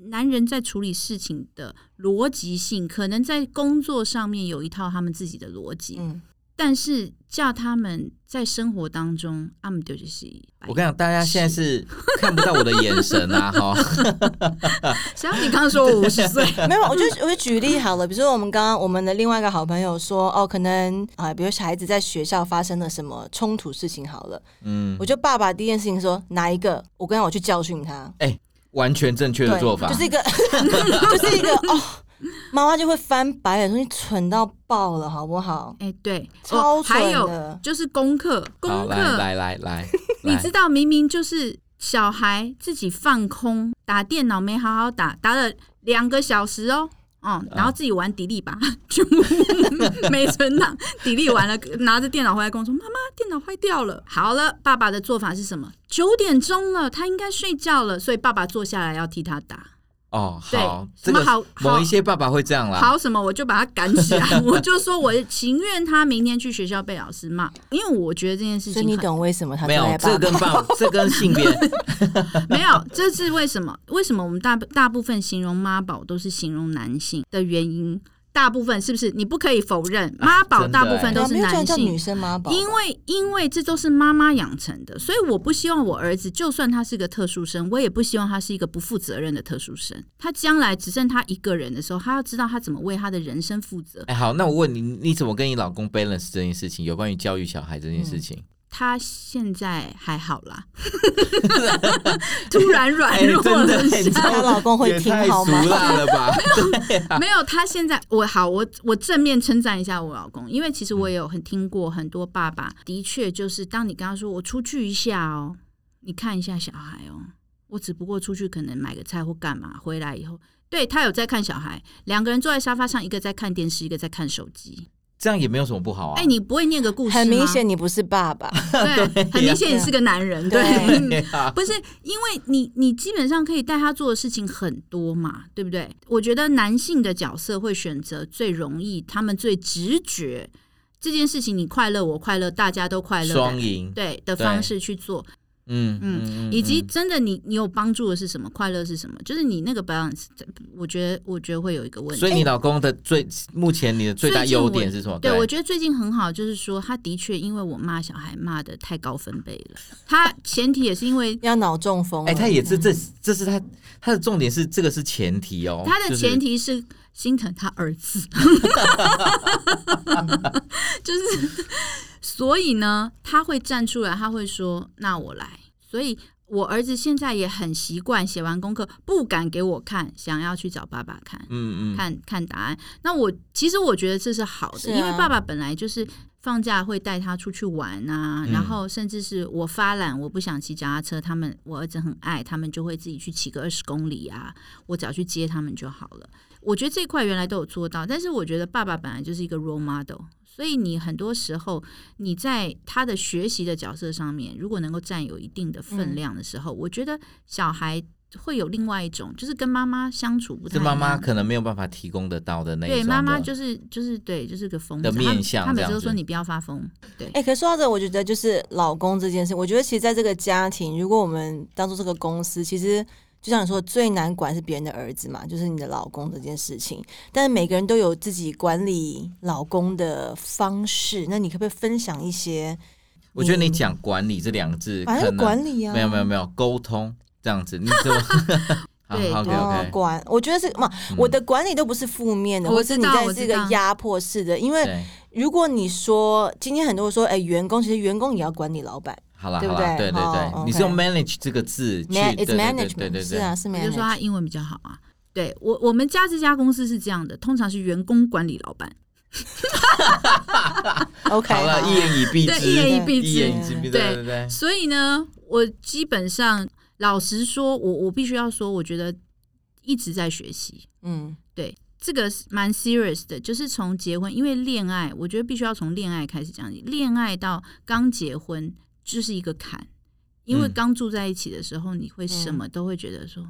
Speaker 3: 男人在处理事情的逻辑性，可能在工作上面有一套他们自己的逻辑，
Speaker 1: 嗯，
Speaker 3: 但是叫他们在生活当中，他们就是白
Speaker 2: 我跟你讲，大家现在是 看不到我的眼神啊， 哈，
Speaker 3: 像你刚刚说我五十 岁，
Speaker 1: 没有，我就我就举例好了，比如说我们刚刚我们的另外一个好朋友说，哦，可能啊、比如小孩子在学校发生了什么冲突事情好了，
Speaker 2: 嗯
Speaker 1: 我，觉得爸爸第一件事情说哪一个，我跟你讲我去教训他，
Speaker 2: 完全正确
Speaker 1: 对，
Speaker 2: 的做法，
Speaker 1: 就是一个 就是一个哦，妈妈就会翻白眼说你蠢到爆了，好不好？
Speaker 3: 哎、对，
Speaker 1: 超
Speaker 3: 哦、还
Speaker 1: 蠢
Speaker 3: 有
Speaker 1: 的，
Speaker 3: 就是功课，
Speaker 2: 好，
Speaker 3: 功
Speaker 2: 来
Speaker 3: 课，
Speaker 2: 来来来，
Speaker 3: 你
Speaker 2: 来
Speaker 3: 知道，明明就是小孩自己放空打电脑，没好好打，打了两个小时哦。哦，然后自己玩迪丽吧， 全部没存档。迪丽完了， 拿着电脑回来跟我说：“妈妈，电脑坏掉了。”好了，爸爸的做法是什么？九点钟了，他应该睡觉了，所以爸爸坐下来要替他打。
Speaker 2: 哦，
Speaker 3: 对
Speaker 2: 好，这
Speaker 3: 什么
Speaker 2: 个
Speaker 3: 好
Speaker 2: 某
Speaker 3: 好
Speaker 2: 一些爸爸会这样啦，
Speaker 3: 好什么，我就把他赶起来， 我就说我情愿他明天去学校被老师骂，因为我觉得这件事
Speaker 1: 所
Speaker 3: 情
Speaker 1: 以你
Speaker 3: 很
Speaker 1: 懂为什么他
Speaker 2: 没有，
Speaker 1: 最爱
Speaker 2: 这
Speaker 1: 爸
Speaker 2: 跟
Speaker 1: 爸？
Speaker 2: 爸，这跟性别，
Speaker 3: 没有，这是为什么？为什么我们大大部分形容妈宝都是形容男性的原因？大部分是不是你不可以否认，妈宝
Speaker 2: 真的
Speaker 3: 大部分
Speaker 2: 欸
Speaker 3: 都是
Speaker 1: 没有这样
Speaker 3: 男
Speaker 1: 叫女
Speaker 3: 性。
Speaker 1: 生妈宝吧，
Speaker 3: 因为因为这都是妈妈养成的，所以我不希望我儿子，就算他是个特殊生，我也不希望他是一个不负责任的特殊生。他将来只剩他一个人的时候，他要知道他怎么为他的人生负责。
Speaker 2: 哎，好，那我问你，你怎么跟你老公 balance 这件事情？有关于教育小孩这件事情，
Speaker 3: 他现在还好 啦， 突然软弱
Speaker 2: 哎真的
Speaker 3: 了
Speaker 2: 哎你知
Speaker 3: 下
Speaker 2: 道
Speaker 1: 她老公会
Speaker 2: 也
Speaker 1: 听
Speaker 2: 太
Speaker 1: 好
Speaker 2: 俗
Speaker 1: 吗？
Speaker 2: 辣了 吧？
Speaker 3: 没有，他现在我好，我我正面称赞一下我老公，因为其实我也有很听过很多爸爸，的确就是当你跟他说我出去一下哦，你看一下小孩哦，我只不过出去可能买个菜或干嘛，回来以后，对他有在看小孩，两个人坐在沙发上，一个在看电视，一个在看手机。
Speaker 2: 这样也没有什么不好啊。
Speaker 3: 哎，你不会念个故事吗
Speaker 1: 很明，显你不是爸爸，
Speaker 3: 对，很明显你是个男人，对。嗯
Speaker 2: 对啊
Speaker 3: 不是因为你，你基本上可以带他做的事情很多嘛，对不对？我觉得男性的角色会选择最容易，他们最直觉这件事情，你快乐，我快乐，大家都快乐
Speaker 2: 双
Speaker 3: 的，
Speaker 2: 赢，
Speaker 3: 对的
Speaker 2: 对
Speaker 3: 方式去做，
Speaker 2: 嗯
Speaker 3: 嗯
Speaker 2: 嗯
Speaker 3: 以及
Speaker 2: 嗯
Speaker 3: 真的你你有帮助的是什么，快乐是什么，就是你那个 balance，我觉得我觉得会有一个问题。
Speaker 2: 所以你老公的最目前你的最大
Speaker 3: 最近我
Speaker 2: 优点是什么？
Speaker 3: 对，我觉得最近很好，就是说他的确因为我骂小孩骂的太高分贝了，他前提也是因为
Speaker 1: 要脑中风了。
Speaker 2: 哎，他也
Speaker 3: 嗯
Speaker 2: 是这这是他他的重点是这个是前提哦，
Speaker 3: 他的
Speaker 2: 就是
Speaker 3: 前提是心疼他儿子， 就是所以呢，他会站出来，他会说：“那我来。”所以，我儿子现在也很习惯，写完功课不敢给我看，想要去找爸爸看，
Speaker 2: 嗯嗯，
Speaker 3: 看看答案。那我其实我觉得这是好的，
Speaker 1: 是啊
Speaker 3: 因为爸爸本来就是。放假会带他出去玩啊，
Speaker 2: 嗯
Speaker 3: 然后甚至是我发懒，我不想骑脚踏车，他们我儿子很爱，他们就会自己去骑个二十公里啊，我只要去接他们就好了。我觉得这一块原来都有做到，但是我觉得爸爸本来就是一个 role model，所以你很多时候你在他的学习的角色上面，如果能够占有一定的
Speaker 1: 嗯
Speaker 3: 分量的时候，我觉得小孩会有另外一种，就是跟妈妈相处不太
Speaker 2: 是
Speaker 3: 一
Speaker 2: 妈
Speaker 3: 样
Speaker 2: 妈可能没有办法提供得到的那一
Speaker 3: 对
Speaker 2: 种
Speaker 3: 妈妈
Speaker 2: 的
Speaker 3: 就是就是对就是个疯
Speaker 2: 的
Speaker 3: 子
Speaker 2: 面相
Speaker 3: 他，他每
Speaker 2: 这样
Speaker 3: 次都说
Speaker 2: 子
Speaker 3: 你不要发疯，对。
Speaker 1: 哎、可是说到这，我觉得就是老公这件事，我觉得其实在这个家庭，如果我们当做这个公司，其实就像你说，最难管是别人的儿子嘛，就是你的老公这件事情。但是每个人都有自己管理老公的方式，那你可不可以分享一些？
Speaker 2: 我觉得
Speaker 3: 嗯
Speaker 2: 你讲管理这两个字，
Speaker 1: 反
Speaker 2: 可
Speaker 1: 正
Speaker 2: 能
Speaker 1: 管理啊，
Speaker 2: 没有没有没有沟通这样子， 你怎么？ 好
Speaker 3: 对
Speaker 2: 好，OK
Speaker 1: 哦
Speaker 2: OK，
Speaker 1: 管，我觉得是嘛，
Speaker 2: 嗯
Speaker 1: 我的管理都不是负面的，
Speaker 3: 我
Speaker 1: 或是
Speaker 3: 知
Speaker 1: 你
Speaker 3: 道
Speaker 1: 在
Speaker 3: 我
Speaker 1: 这
Speaker 3: 知
Speaker 1: 个
Speaker 3: 道
Speaker 1: 压迫式的。因为
Speaker 2: 对，
Speaker 1: 如果你说今天很多人说，哎、员工其实员工也要管理老板
Speaker 2: 好啦
Speaker 1: 对不
Speaker 2: 好啦，对
Speaker 1: 对
Speaker 2: 对
Speaker 1: 哦
Speaker 2: 对，
Speaker 1: ，OK
Speaker 2: 你是用 manage 这个字去，
Speaker 1: ，man it's
Speaker 2: 对对对对
Speaker 1: management，
Speaker 2: 对
Speaker 1: 是
Speaker 2: 对，
Speaker 1: 啊是
Speaker 3: 我就说
Speaker 1: management，
Speaker 3: 他英文比较好啊。对我，我们家这家公司是这样的，通常是员工管理老板，啊
Speaker 1: OK，
Speaker 2: 好了，一言以蔽
Speaker 3: 对，
Speaker 2: 之，
Speaker 3: 一言以蔽
Speaker 2: 一
Speaker 3: 之。
Speaker 2: 言以蔽之，
Speaker 3: 对
Speaker 2: 对对对，
Speaker 3: 所以呢，我基本上老实说，我我必须要说，我觉得一直在学习，
Speaker 1: 嗯，
Speaker 3: 这个是蛮 serious 的，就是从结婚，因为恋爱，我觉得必须要从恋爱开始讲起，恋爱到刚结婚就是一个坎，因为
Speaker 2: 嗯
Speaker 3: 刚住在一起的时候，你会什么都会觉得说，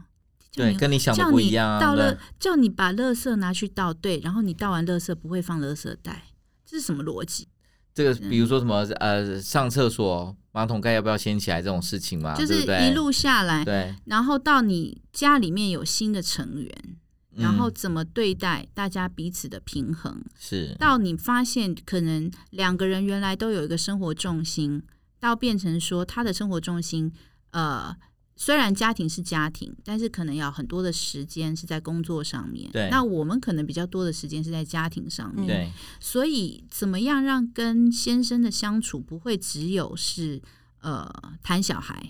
Speaker 3: 叫
Speaker 2: 对，
Speaker 3: 你
Speaker 2: 嗯跟你想的
Speaker 3: 叫
Speaker 2: 不
Speaker 3: 你
Speaker 2: 一样啊，
Speaker 3: 倒
Speaker 2: 对
Speaker 3: 了，叫你把垃圾拿去倒，对，然后你倒完垃圾不会放垃圾袋，这是什么逻辑？
Speaker 2: 这个比如说什么呃，上厕所马桶盖要不要掀起来这种事情嘛，
Speaker 3: 就是
Speaker 2: 啊对不对
Speaker 3: 一路下来，
Speaker 2: 对，
Speaker 3: 然后到你家里面有新的成员，
Speaker 2: 嗯
Speaker 3: 然后怎么对待大家彼此的平衡，
Speaker 2: 是
Speaker 3: 到你发现可能两个人原来都有一个生活重心，到变成说他的生活重心，呃。虽然家庭是家庭，但是可能要很多的时间是在工作上面。
Speaker 2: 对
Speaker 3: 那我们可能比较多的时间是在家庭上面。
Speaker 2: 对，
Speaker 3: 所以，怎么样让跟先生的相处不会只有是呃谈小孩，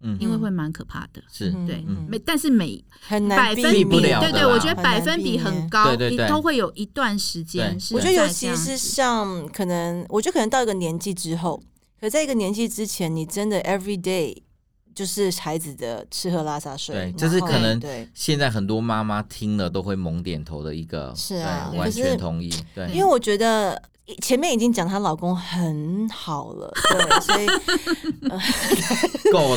Speaker 2: 嗯，
Speaker 3: 因为会蛮可怕的。
Speaker 2: 是，
Speaker 1: 嗯
Speaker 3: 对
Speaker 2: 嗯
Speaker 3: 每但是每
Speaker 1: 很
Speaker 3: 百
Speaker 1: 难
Speaker 3: 分
Speaker 2: 避
Speaker 1: 免
Speaker 3: 比，
Speaker 2: 不了
Speaker 3: 对
Speaker 2: 的啦
Speaker 3: 对，我觉得
Speaker 1: 很
Speaker 3: 百
Speaker 1: 难
Speaker 3: 分
Speaker 1: 避
Speaker 3: 比很
Speaker 1: 免
Speaker 3: 高，
Speaker 2: 对对
Speaker 3: 你
Speaker 2: 对
Speaker 3: 都会有一段时间
Speaker 2: 对
Speaker 3: 是
Speaker 1: 我觉得尤
Speaker 3: 在这
Speaker 1: 其
Speaker 3: 样
Speaker 1: 是
Speaker 3: 子
Speaker 1: 像可能，我觉得可能到一个年纪之后，可在一个年纪之前，你真的 every day 就是孩子的吃喝拉撒睡，
Speaker 2: 对
Speaker 1: 然后
Speaker 2: 就是可能
Speaker 1: 对。
Speaker 2: 现在很多妈妈听了都会猛点头的一个，
Speaker 1: 是啊
Speaker 2: 对
Speaker 1: 可
Speaker 2: 完全
Speaker 1: 是
Speaker 2: 同意，
Speaker 1: 因
Speaker 2: 对
Speaker 1: 为我觉得前面已经讲她老公很好了，对，所以
Speaker 2: 够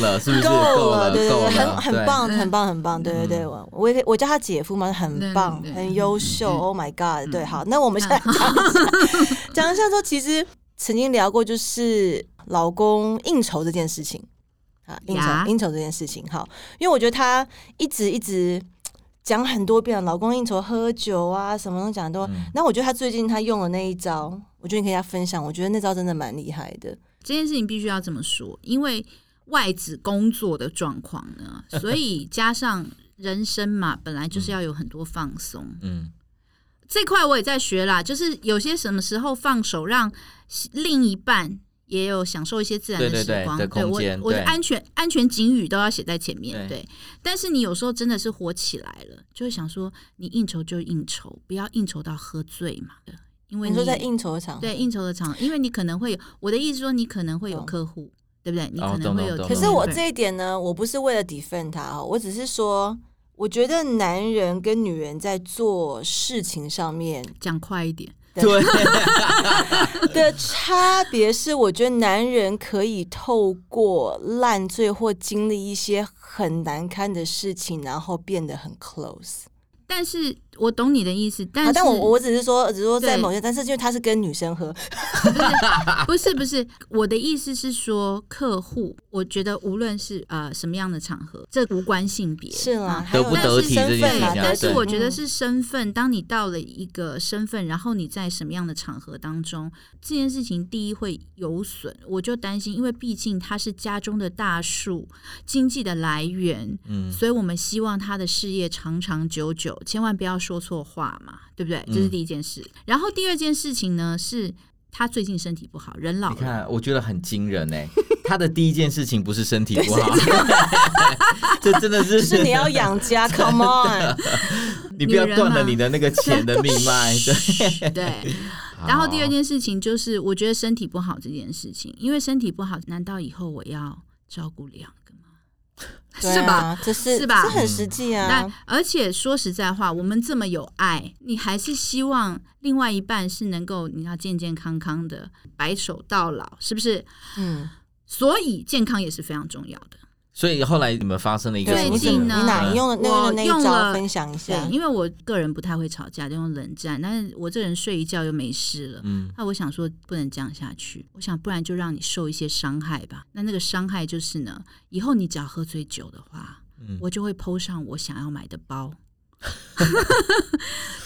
Speaker 2: 了，是不是？
Speaker 1: 够
Speaker 2: 了，
Speaker 1: 对
Speaker 2: 够
Speaker 1: 对对，
Speaker 2: 了，
Speaker 1: 很很
Speaker 2: 对，嗯
Speaker 1: 棒，
Speaker 3: 对
Speaker 1: 很棒，很棒，对对对，我我也可以我叫她姐夫嘛，很棒
Speaker 3: 对，对
Speaker 1: 很优秀
Speaker 3: 嗯
Speaker 1: ，Oh my God，对，
Speaker 3: 嗯
Speaker 1: 好，那我们现在讲一下，讲一下说，其实曾经聊过就是老公应酬这件事情啊，应酬
Speaker 3: 呀
Speaker 1: 应酬这件事情，好，因为我觉得他一直一直。讲很多遍了，老公应酬喝酒啊，什么都讲多。
Speaker 2: 嗯
Speaker 1: 那我觉得他最近他用了那一招，我觉得你可以跟他分享，我觉得那招真的蛮厉害的。
Speaker 3: 这件事情必须要这么说，因为外子工作的状况呢，所以加上人生嘛，本来就是要有很多放松。
Speaker 2: 嗯，
Speaker 3: 这块我也在学啦，就是有些什么时候放手，让另一半也有享受一些自然的
Speaker 2: 对对对
Speaker 3: 时光。
Speaker 2: 的空
Speaker 3: 我
Speaker 2: 间
Speaker 3: 我的
Speaker 2: 对
Speaker 3: 安全安全警语都要写在前面。
Speaker 2: 对
Speaker 3: 对，但是你有时候真的是火起来了，就会想说，你应酬就应酬，不要应酬到喝醉嘛。因为
Speaker 1: 你说在
Speaker 3: 也
Speaker 1: 应酬场合，
Speaker 3: 对应酬的场合，因为你可能会有我的意思说，你可能会有客户，对不对？你可能会有
Speaker 2: 哦懂懂懂
Speaker 3: 客户。
Speaker 1: 可是我这一点呢，我不是为了 defend 他哦，我只是说，我觉得男人跟女人在做事情上面
Speaker 3: 讲快一点，
Speaker 2: 对，
Speaker 1: 的差别是，我觉得男人可以透过烂醉或经历一些很难堪的事情，然后变得很 close。
Speaker 3: 但是我懂你的意思，但是、
Speaker 1: 啊，但我我只是说，只是说在
Speaker 3: 对
Speaker 1: 某些，但是因为他是跟女生喝，
Speaker 3: 不是不是，我的意思是说，客户，我觉得无论是呃什么样的场合，这无关性别
Speaker 1: 是啦，
Speaker 3: 啊
Speaker 1: 还有
Speaker 2: 得不得体
Speaker 1: 但
Speaker 2: 这
Speaker 1: 是身
Speaker 2: 件事
Speaker 1: 份
Speaker 2: 情
Speaker 1: 啦
Speaker 2: 啊对
Speaker 3: 但是我觉得
Speaker 1: 嗯
Speaker 3: 是身份，当你到了一个身份，然后你在什么样的场合当中，这件事情第一会有损，我就担心，因为毕竟他是家中的大树，经济的来源，
Speaker 2: 嗯，
Speaker 3: 所以我们希望他的事业长长久久，千万不要说错话嘛，对不对？这是
Speaker 2: 嗯
Speaker 3: 第一件事。然后第二件事情呢，是他最近身体不好，人老
Speaker 2: 你
Speaker 3: 了。
Speaker 2: 看，我觉得很惊人哎、他的第一件事情不是身体 不好，这真的是
Speaker 1: 是你要养家，Come on，
Speaker 2: 你不要
Speaker 3: 女人
Speaker 2: 断了
Speaker 3: 嘛
Speaker 2: 你的那个钱的命脉。 对，
Speaker 3: 对， 然后第二
Speaker 2: 好，
Speaker 3: 件事情就是，我觉得身体不好这件事情，因为身体不好，难道以后我要照顾两个吗？
Speaker 1: 对啊
Speaker 3: 是吧？？
Speaker 1: 这是
Speaker 3: 是吧嗯
Speaker 1: 这很实际
Speaker 3: 但
Speaker 1: 啊。
Speaker 3: 而且说实在话，我们这么有爱，你还是希望另外一半是能够你要健健康康的，白首到老，是不是？
Speaker 1: 嗯，
Speaker 3: 所以健康也是非常重要的。
Speaker 2: 所以后来你们发生了一个
Speaker 1: 对
Speaker 3: 最
Speaker 1: 你
Speaker 2: 什
Speaker 1: 怎
Speaker 2: 么
Speaker 1: 么
Speaker 3: 近呢
Speaker 1: 你哪你用的那个
Speaker 3: 我
Speaker 1: 那
Speaker 3: 用
Speaker 1: 一招
Speaker 3: 了
Speaker 1: 分享一下
Speaker 3: 对，？因为我个人不太会吵架，就用冷战，但是我这人睡一觉就没事了。
Speaker 2: 嗯，
Speaker 3: 那我想说，不能这样下去。我想，不然就让你受一些伤害吧。那那个伤害就是呢，以后你只要喝醉酒的话，
Speaker 2: 嗯
Speaker 3: 我就会 PO 上我想要买的 包。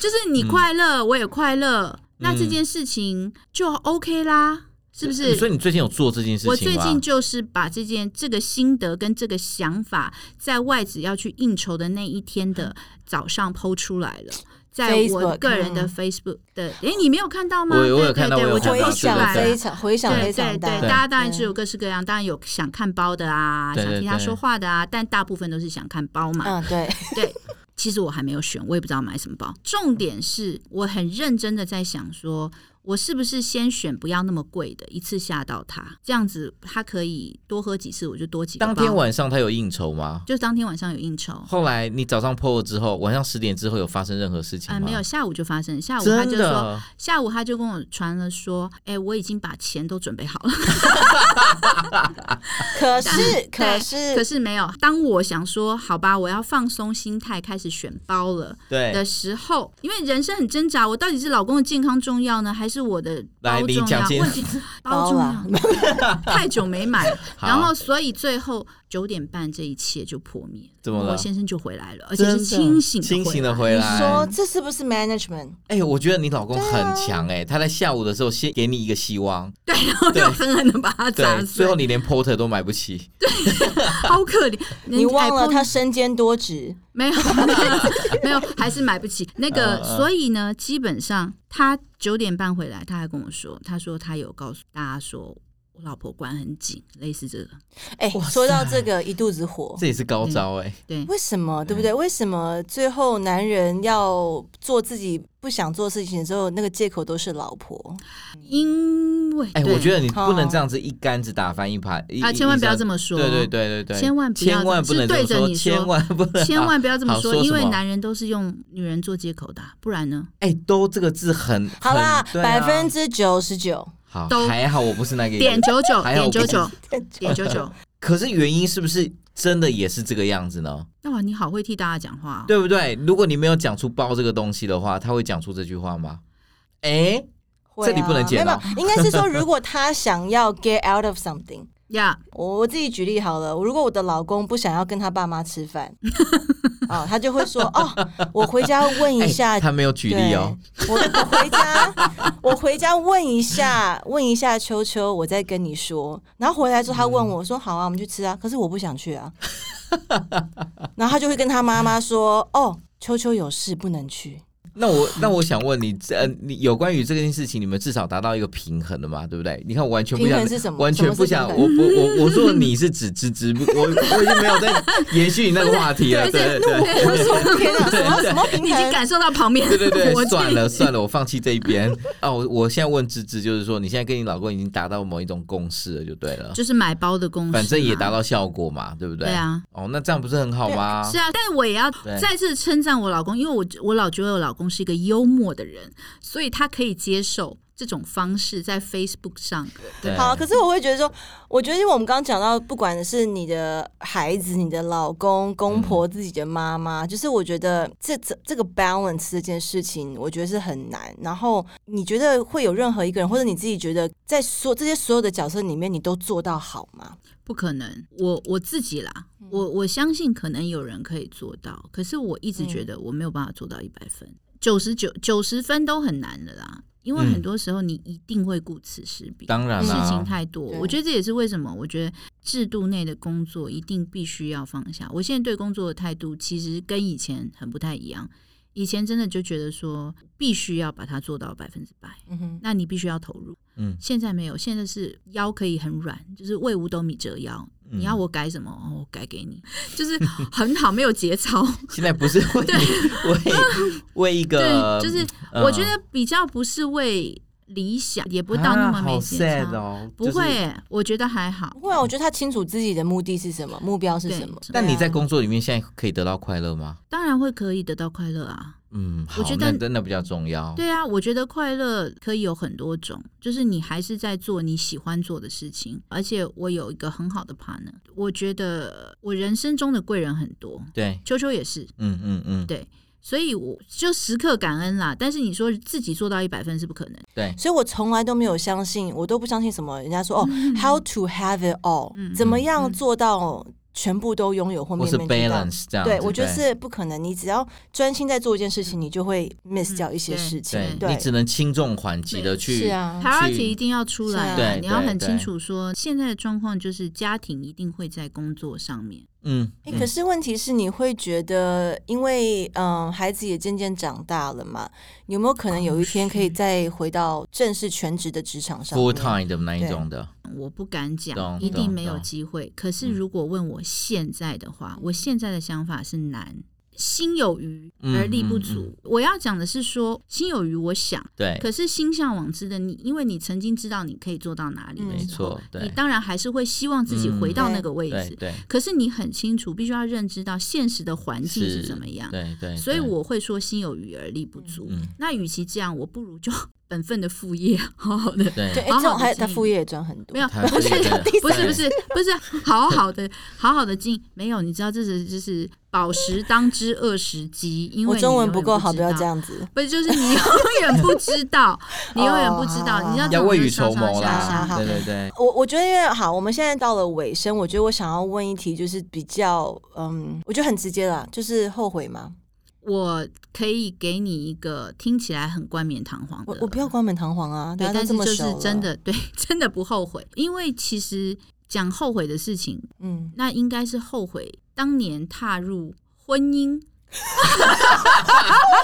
Speaker 3: 就是你快乐，
Speaker 2: 嗯
Speaker 3: 我也快乐，那这件事情就 OK 啦，是不是？
Speaker 2: 所以你最近有做这件事情吗？
Speaker 3: 我最近就是把这件这个心得跟这个想法，在外子要去应酬的那一天的早上剖出来了。在
Speaker 1: Facebook，
Speaker 3: 我个人的
Speaker 1: 嗯
Speaker 3: Facebook 的，哎、你没有看到吗？
Speaker 2: 我我有
Speaker 3: 对
Speaker 2: 看到
Speaker 3: 对对
Speaker 2: 我有
Speaker 3: 我就
Speaker 2: 看到
Speaker 1: 回
Speaker 2: 这个
Speaker 3: 剖出
Speaker 1: 想
Speaker 3: 来了
Speaker 1: 非。常回想
Speaker 3: 对
Speaker 1: 非
Speaker 3: 对
Speaker 1: 常
Speaker 3: 对，
Speaker 1: 大，
Speaker 3: 大家当然是
Speaker 1: 对
Speaker 3: 有各式各样，当然有想看包的啊，
Speaker 2: 对
Speaker 3: 想听他
Speaker 2: 对对
Speaker 3: 说话的啊，但大部分都是想看包嘛。
Speaker 1: 嗯 对，
Speaker 3: 对，其实我还没有选，我也不知道买什么包。重点是我很认真的在想说。我是不是先选不要那么贵的，一次吓到他，这样子他可以多喝几次，我就多几个包。
Speaker 2: 当天晚上他有应酬吗？
Speaker 3: 就当天晚上有应酬，
Speaker 2: 后来你早上破了之后，晚上十点之后有发生任何事情
Speaker 3: 啊、
Speaker 2: 吗？
Speaker 3: 没有，，下午就发生，下午他
Speaker 2: 真
Speaker 3: 就说，
Speaker 2: 的。
Speaker 3: 下午他就跟我传了说，哎、我已经把钱都准备好了，
Speaker 1: 可是可
Speaker 3: 对
Speaker 1: 是
Speaker 3: 可是没有。当我想说，好吧，我要放松心态，开始选包了，的
Speaker 2: 对，
Speaker 3: 时候，因为人生很挣扎，我到底是老公的健康重要呢，还是我的
Speaker 2: 来
Speaker 3: 包
Speaker 2: 你
Speaker 3: 重
Speaker 2: 讲
Speaker 3: 要？
Speaker 2: 清
Speaker 3: 我已经包
Speaker 1: 包
Speaker 3: 重
Speaker 1: 啦
Speaker 3: 要， 太久没买了，
Speaker 2: 好
Speaker 3: 然后所以最后九点半这一切就破灭了。
Speaker 2: 怎么了
Speaker 3: 我先生就回来了，而且是
Speaker 2: 真的
Speaker 3: 清醒
Speaker 2: 清醒
Speaker 3: 的
Speaker 2: 的
Speaker 3: 回来。
Speaker 2: 回
Speaker 1: 你
Speaker 2: 来。
Speaker 1: 说啊这是不是 management？
Speaker 2: 哎、我觉得你老公很强哎、他在下午的时候先给你一个希 望，
Speaker 3: 对，然后就
Speaker 2: 对
Speaker 3: 狠狠的把他砸
Speaker 2: 对，最后
Speaker 3: 碎，
Speaker 2: 你连 porter 都买不 起，
Speaker 3: 好可怜。
Speaker 1: 你忘了
Speaker 3: 哎
Speaker 1: 他身兼多职，
Speaker 3: 没有， 没有，还是买不起那个。
Speaker 2: 嗯嗯
Speaker 3: 所以呢，基本上他九点半回来，他还跟我说，他说他有告诉大家说我老婆管很紧，类似这个。
Speaker 1: 哎、
Speaker 2: 哇塞
Speaker 1: 说到这个一肚子火，
Speaker 2: 这也是高招
Speaker 1: 嗯
Speaker 2: 哎、
Speaker 3: 对，
Speaker 1: 为什么对不对？为什么最后男人要做自己不想做的事情的时候，那个借口都是老婆？
Speaker 3: 因为
Speaker 2: 哎、
Speaker 3: 对哦
Speaker 2: 我觉得你不能这样子一竿子打翻一盘
Speaker 3: 啊，千万不要这
Speaker 2: 么
Speaker 3: 么说，
Speaker 2: 对对对对对，
Speaker 3: 千万不要
Speaker 2: 千万不能这么
Speaker 3: 是对着你说
Speaker 2: 千万不能，啊
Speaker 3: 千万不要这么
Speaker 2: 好
Speaker 3: 说，
Speaker 2: 说
Speaker 3: 因
Speaker 2: 什
Speaker 3: 为
Speaker 2: 么
Speaker 3: 男人都是用女人做借口的啊，不然呢？
Speaker 2: 哎、都这个字很
Speaker 1: 好啦，
Speaker 2: 很对啊
Speaker 1: 百分之九十九，
Speaker 2: 好，
Speaker 3: 都
Speaker 2: 还好我不是那个
Speaker 3: 点
Speaker 2: 人。
Speaker 3: 九九，
Speaker 2: 还好我
Speaker 3: 点
Speaker 2: 不
Speaker 3: 九九，点九九。
Speaker 2: 可是原因是不是真的也是这个样子呢？
Speaker 3: 哇，你好会替大家讲话、哦。
Speaker 2: 对不对？如果你没有讲出包这个东西的话，他会讲出这句话吗？哎、
Speaker 1: 会啊
Speaker 2: 这里不能
Speaker 1: 啊
Speaker 2: 剪
Speaker 1: 没有
Speaker 2: 哦
Speaker 1: 没有，应该是说，如果他想要 get out of something，
Speaker 3: 呀、
Speaker 1: 我自己举例好了，如果我的老公不想要跟他爸妈吃 饭，哦，他就会说哦，我回家问一下。
Speaker 2: 哎他没有举例哦，
Speaker 1: 对，我我回家，我回家问一下，问一下秋秋，我再跟你说。然后回来之后，他
Speaker 2: 嗯
Speaker 1: 问我说：“好啊，我们去吃啊。”可是我不想去啊。然后他就会跟他妈妈说：“哦，秋秋有事不能 去。
Speaker 2: 那我那我想问你，这呃，你有关于这件事情，你们至少达到一个平衡了嘛，对不对？你看，我完全不
Speaker 1: 平
Speaker 2: 想
Speaker 1: 衡是什么
Speaker 2: 完全不想，
Speaker 1: 什
Speaker 2: 我
Speaker 1: 么
Speaker 2: 我我我说你是指芝芝， 我我已经没有在延续你那个话题了，对对
Speaker 1: 我”
Speaker 2: 对
Speaker 1: 我说：“天啊，什么什么平
Speaker 3: 你已经
Speaker 1: 衡？
Speaker 3: 感受到旁边，
Speaker 2: 对对对，
Speaker 3: 我这
Speaker 2: 算了算了，我放弃这一边。 哦，我我现在问芝芝，就是说你现在跟你老公已经达到某一种共识了，就对了，
Speaker 3: 就是买包的公司嘛，
Speaker 2: 反正也达到效果嘛，对不对？
Speaker 3: 啊对啊。
Speaker 2: 哦，那这样不是很好吗？
Speaker 3: 是啊，但是我也要
Speaker 2: 对
Speaker 3: 再次称赞我老公，因为我我老觉得我老公是一个幽默的人，所以他可以接受这种方式在 Facebook 上。
Speaker 2: 对
Speaker 1: 好，可是我会觉得说，我觉得因为我们刚刚讲到，不管是你的孩子、你的老公、公婆、自己的妈妈，
Speaker 2: 嗯
Speaker 1: 就是我觉得这这这个 balance 这件事情，我觉得是很难。然后你觉得会有任何一个人，或者你自己觉得在所这些所有的角色里面，你都做到好吗？
Speaker 3: 不可能，我我自己啦，我我相信可能有人可以做到，可是我一直觉得我没有办法做到一百分，九十九九十分都很难的啦，因为
Speaker 2: 嗯
Speaker 3: 很多时候你一定会顾此失彼，
Speaker 2: 当然
Speaker 3: 事
Speaker 2: 啦、
Speaker 3: 情太多，
Speaker 1: 对
Speaker 3: 我觉得这也是为什么我觉得制度内的工作一定必须要放下。我现在对工作的态度其实跟以前很不太一样，以前真的就觉得说必须要把它做到百分之百，
Speaker 1: 嗯哼，
Speaker 3: 那你必须要投入。
Speaker 2: 嗯
Speaker 3: 现在没有，现在是腰可以很软，就是为五斗米折腰。
Speaker 2: 嗯
Speaker 3: 你要我改什么，哦我改给你， 就是很好，没有节操。
Speaker 2: 现在不是为为为一个，
Speaker 3: 对，就是
Speaker 2: 嗯
Speaker 3: 我觉得比较不是为理想，也不到那
Speaker 2: 啊
Speaker 3: 么
Speaker 2: 好
Speaker 3: 没节
Speaker 2: sad
Speaker 3: 操。
Speaker 2: 哦，
Speaker 3: 不
Speaker 2: 就是
Speaker 3: 会欸、我觉得还好
Speaker 1: 不。会啊，我觉得他清楚自己的目的是什么，目标是
Speaker 3: 对
Speaker 1: 什么。
Speaker 2: 但
Speaker 1: 对啊
Speaker 2: 你在工作里面现在可以得到快乐吗？
Speaker 3: 当然会可以得到快乐啊。
Speaker 2: 嗯，好，
Speaker 3: 我觉
Speaker 2: 那
Speaker 3: 得
Speaker 2: 真的比较重要。
Speaker 3: 对啊，我觉得快乐可以有很多种，就是你还是在做你喜欢做的事情，而且我有一个很好的 partner，我觉得我人生中的贵人很多，
Speaker 2: 对，
Speaker 3: 秋秋也是，
Speaker 2: 嗯嗯嗯，
Speaker 3: 对所以我就时刻感恩啦。但是你说自己做到一百分是不可能，
Speaker 2: 对，
Speaker 1: 啊所以我从来都没有相信，我都不相信什么人家说哦、h
Speaker 2: 嗯
Speaker 1: o w to have it all，、怎么样做到全部都拥有或
Speaker 2: 或
Speaker 1: 面
Speaker 2: 是
Speaker 1: 面俱到。
Speaker 2: balance 这样子。
Speaker 1: 对，我觉得是不可能。你只要专心在做一件事
Speaker 3: 嗯
Speaker 1: 情，你就会 miss 掉一些事情。
Speaker 2: 对，
Speaker 1: 对，
Speaker 2: 你只能轻重缓急的去。
Speaker 1: 是啊，
Speaker 3: priority 一定要出来、
Speaker 1: 是啊
Speaker 2: 对
Speaker 3: 你要
Speaker 2: 对
Speaker 3: 很
Speaker 2: 对
Speaker 3: 清楚说现在的状况就是家庭一定会在工作上面，
Speaker 2: 嗯，
Speaker 1: 诶
Speaker 2: 嗯
Speaker 1: 哎可是问题是，你会觉得，因为嗯、孩子也渐渐长大了嘛，有没有可能有一天
Speaker 3: 哦
Speaker 1: 可以再回到正式全职的职场上
Speaker 2: full
Speaker 1: 面
Speaker 2: time 的那一种的，
Speaker 3: 我不敢讲，
Speaker 2: 懂
Speaker 3: 一定
Speaker 2: 懂
Speaker 3: 没有
Speaker 2: 懂嗯
Speaker 3: 机会。可是如果问我现在的话，我现在的想法是难，心有余
Speaker 2: 嗯
Speaker 3: 而力不
Speaker 2: 嗯
Speaker 3: 足。
Speaker 2: 嗯
Speaker 3: 我要讲的是说，心有余，我想，
Speaker 2: 对，
Speaker 3: 可是心向往之的你，因为你曾经知道你可以做到哪里，
Speaker 1: 嗯
Speaker 2: 没，错，
Speaker 3: 你
Speaker 2: 对，
Speaker 3: 当然还是会希望自己回
Speaker 2: 嗯
Speaker 3: 到
Speaker 1: 对
Speaker 3: 那个位
Speaker 2: 对
Speaker 3: 置。
Speaker 2: 对
Speaker 3: 可是你很清楚，必须要认知到现实的环境是怎么样。
Speaker 2: 对对，
Speaker 3: 所以
Speaker 2: 对
Speaker 3: 我会说心有余而力不足。
Speaker 2: 嗯，
Speaker 3: 那与其这样，我不如就本分的副业，好好的
Speaker 2: 对
Speaker 1: 对，诶
Speaker 3: 好好
Speaker 1: 这种
Speaker 3: 地
Speaker 1: 还
Speaker 3: 经
Speaker 1: 他
Speaker 3: 营
Speaker 1: 副业也赚很多
Speaker 3: 没。有，
Speaker 2: 他
Speaker 3: 不是
Speaker 2: 这个
Speaker 1: 第
Speaker 3: 不是不
Speaker 2: 对
Speaker 3: 是不是，好好的好好的进没有，你知道这是就是饱食当知饿时饥，因为
Speaker 1: 我
Speaker 3: 你
Speaker 1: 中文
Speaker 3: 永远
Speaker 1: 不够好，
Speaker 3: 知
Speaker 1: 不要
Speaker 3: 道
Speaker 1: 这。样子。
Speaker 3: 不是，就是你永远不知道，你永远不知
Speaker 1: 哦
Speaker 3: 道，你要
Speaker 2: 要未雨绸
Speaker 3: 上
Speaker 2: 缪
Speaker 3: 上下
Speaker 2: 啦
Speaker 3: 下，
Speaker 1: 好
Speaker 2: 对对 对，
Speaker 1: 我我觉得因为好，我们现在到了尾声，我觉得我想要问一题，就是比较嗯，我觉得很直接啦，就是后悔吗？
Speaker 3: 我可以给你一个听起来很冠冕堂皇的，
Speaker 1: 我我不要冠冕堂皇啊，大家
Speaker 3: 呃对，
Speaker 1: 都
Speaker 3: 但
Speaker 1: 这
Speaker 3: 是
Speaker 1: 么
Speaker 3: 就
Speaker 1: 熟
Speaker 3: 是
Speaker 1: 了
Speaker 3: 真，的对， 真的不后悔，因为其实讲后悔的事情，
Speaker 1: 嗯，
Speaker 3: 那应该是后悔当年踏入婚姻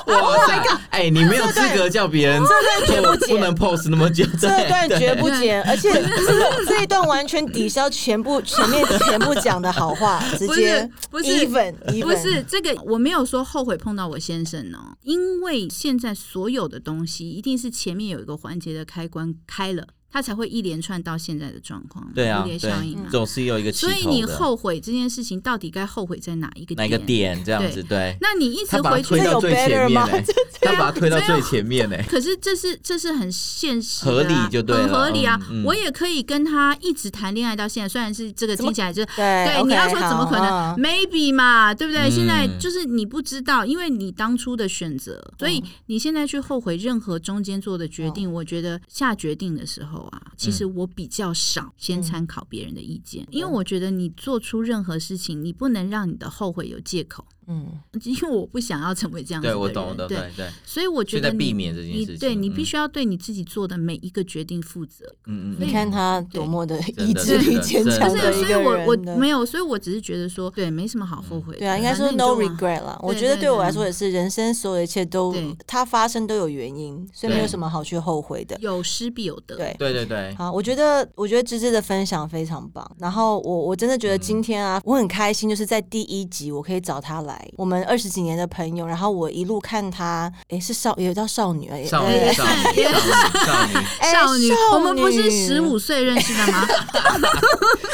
Speaker 3: Oh
Speaker 2: 哇塞，哎，你没有资格叫别人
Speaker 1: 绝不
Speaker 2: 做，
Speaker 1: 解
Speaker 2: 不能 pose 那么久，
Speaker 1: 这段
Speaker 2: 对
Speaker 1: 绝不减，而且 这这一段完全抵消全部前面全部讲的好话，直接
Speaker 3: 不是
Speaker 1: even
Speaker 3: 不
Speaker 1: even
Speaker 3: 是这个，我没有说后悔碰到我先生哦，因为现在所有的东西一定是前面有一个环节的开关开了，它才会一连串到现在的状况嘛，
Speaker 2: 对啊
Speaker 3: 蝴蝶
Speaker 2: 对
Speaker 3: 效应嘛。
Speaker 2: 总是有一个起
Speaker 3: 所
Speaker 2: 头
Speaker 3: 以你
Speaker 2: 的
Speaker 3: 后悔这件事情，到底该后悔在哪一个
Speaker 2: 哪一个点这样子，对，
Speaker 3: 那你一直
Speaker 2: 他把它
Speaker 3: 回去
Speaker 2: 推，到最前面 嘞，他把它推到
Speaker 3: 这样
Speaker 2: 最前面哎嘞，
Speaker 3: 可是这是这是很现实的啊、
Speaker 2: 合理就对了
Speaker 3: 很合理啊。
Speaker 2: 嗯嗯
Speaker 3: 我也可以跟他一直谈恋爱到现在，虽然是这个
Speaker 1: 怎么
Speaker 3: 听起来就是
Speaker 1: 对
Speaker 3: 对，
Speaker 1: OK，
Speaker 3: 你要说
Speaker 1: 好
Speaker 3: 怎么可能、
Speaker 1: 嗯
Speaker 3: m a y b e 嘛，对不对？
Speaker 2: 嗯
Speaker 3: 现在就是你不知道，因为你当初的
Speaker 1: 嗯
Speaker 3: 选择，所以你现在去后悔任何中间做的决定，我觉得下决定的时候，啊，其实
Speaker 2: 嗯
Speaker 3: 我比较少先参考别人的意
Speaker 1: 嗯
Speaker 3: 见，因为我觉得你做出任何事情，你不能让你的后悔有借口，
Speaker 1: 嗯，
Speaker 3: 因为我不想要成为这样子的
Speaker 2: 对
Speaker 3: 人。
Speaker 2: 我懂的，对对，
Speaker 3: 所以我觉
Speaker 2: 就
Speaker 3: 得
Speaker 2: 在
Speaker 3: 你
Speaker 2: 避免这件事
Speaker 3: 你
Speaker 2: 情。
Speaker 3: 对你
Speaker 2: 嗯
Speaker 3: 必须要对你自己做的每一个决定负责。
Speaker 2: 嗯嗯，
Speaker 1: 你
Speaker 2: 嗯
Speaker 1: 看他多么的
Speaker 2: 的
Speaker 1: 意志力坚强
Speaker 2: 真
Speaker 3: 所
Speaker 1: 的一
Speaker 3: 以，
Speaker 1: 个
Speaker 3: 所以
Speaker 1: 人
Speaker 3: 我我
Speaker 1: 呢
Speaker 3: 没有，所以我只是觉得说，对，没什么好
Speaker 2: 嗯
Speaker 3: 后悔的。
Speaker 1: 对啊，应该说
Speaker 3: 反正
Speaker 1: no
Speaker 3: 你就往
Speaker 1: regret 啦。我
Speaker 3: 对
Speaker 1: 觉得
Speaker 3: 对
Speaker 1: 对我
Speaker 3: 对
Speaker 1: 来说也是，人生所有一切都
Speaker 3: 对
Speaker 1: 它发生都有原因，所以没有
Speaker 2: 对
Speaker 1: 什么好去后悔的。
Speaker 3: 有失必有得。
Speaker 1: 对，
Speaker 2: 对对对，
Speaker 1: 好，我觉得我觉得芝芝的分享非常棒。然后我我真的觉得
Speaker 3: 嗯
Speaker 1: 今天啊，我很开心，就是在第一集我可以找她来，我们二十几年的朋友，然后我一路看她，诶，是少也叫少女啊，也
Speaker 2: 少
Speaker 3: 哎
Speaker 2: 女
Speaker 1: 诶
Speaker 2: 少女少女少 女，
Speaker 1: 诶
Speaker 3: 少女，我们不是
Speaker 1: 哎少女
Speaker 3: 十。五岁认识的 吗？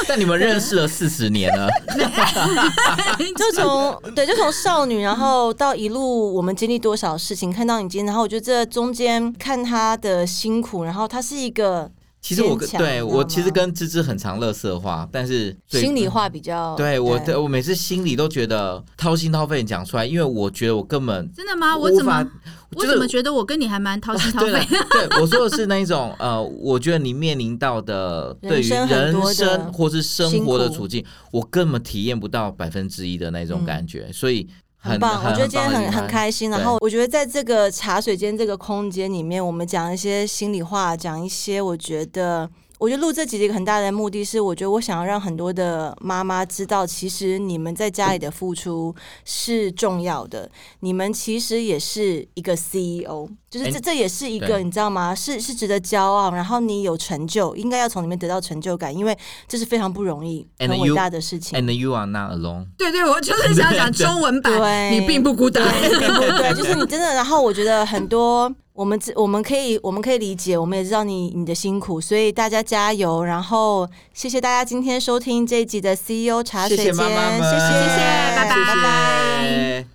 Speaker 2: 但你们认识了四十年了，
Speaker 3: 啊
Speaker 1: 就从对，就从少女，然后到一路我们经历多少事情，看到你今天，然后我觉得这中间看她的辛苦，然后她是一个
Speaker 2: 其实我
Speaker 1: 坚
Speaker 2: 跟
Speaker 1: 强
Speaker 2: 对
Speaker 1: 你知道
Speaker 2: 我其实
Speaker 1: 吗
Speaker 2: 跟芝芝很常乐色话，但是最
Speaker 1: 心里话比较
Speaker 2: 对我的我每次心里都觉得掏心掏肺地讲出来，因为我觉得我根本
Speaker 3: 真的吗？啊我
Speaker 2: 无
Speaker 3: 怎
Speaker 2: 法
Speaker 3: 么我
Speaker 2: 就是
Speaker 3: 怎么觉得我跟你还蛮 掏心掏
Speaker 2: 对了啊
Speaker 3: 肺？，
Speaker 2: 对我说的是那一种呃，我觉得你面临到的对
Speaker 1: 人
Speaker 2: 于
Speaker 1: 生很
Speaker 2: 人
Speaker 1: 多的
Speaker 2: 生或是生活的
Speaker 1: 辛苦
Speaker 2: 处境，我根本体验不到百分之一的那种感觉，所以
Speaker 1: 嗯
Speaker 2: 很
Speaker 1: 很棒，我觉得今天
Speaker 2: 棒的
Speaker 1: 很
Speaker 2: 地
Speaker 1: 很
Speaker 2: 方
Speaker 1: 开心。啊然
Speaker 2: 对
Speaker 1: 后我觉得在这个茶水间这个空间里面，我们讲一些心里话，讲一些我觉得，我觉得录这集的一个很大的目的是，我觉得我想要让很多的妈妈知道，其实你们在家里的付出是重要的，你们其实也是一个 CEO，就是这
Speaker 2: 哎
Speaker 1: 这也是一个
Speaker 2: 对
Speaker 1: 你知道吗？是是值得骄傲，然后你有成就，应该要从里面得到成就感，因为这是非常不容易、
Speaker 2: And
Speaker 1: 很伟
Speaker 2: you-
Speaker 1: 大的事情。
Speaker 2: And you are not alone。
Speaker 3: 对对，我就是想 讲
Speaker 2: 啊
Speaker 3: 中文版，
Speaker 1: 对
Speaker 3: 你并不孤单。
Speaker 1: 对，并不对，就是你真的。然后我觉得很多我们知我们可以我们可以理解，我们也知道你你的辛苦，所以大家加油。然后谢谢大家今天收听这一集的 CEO 茶水
Speaker 2: 谢
Speaker 1: 间，
Speaker 2: 谢妈妈们，
Speaker 1: 谢
Speaker 3: 谢谢拜拜
Speaker 1: 拜拜。
Speaker 2: 拜。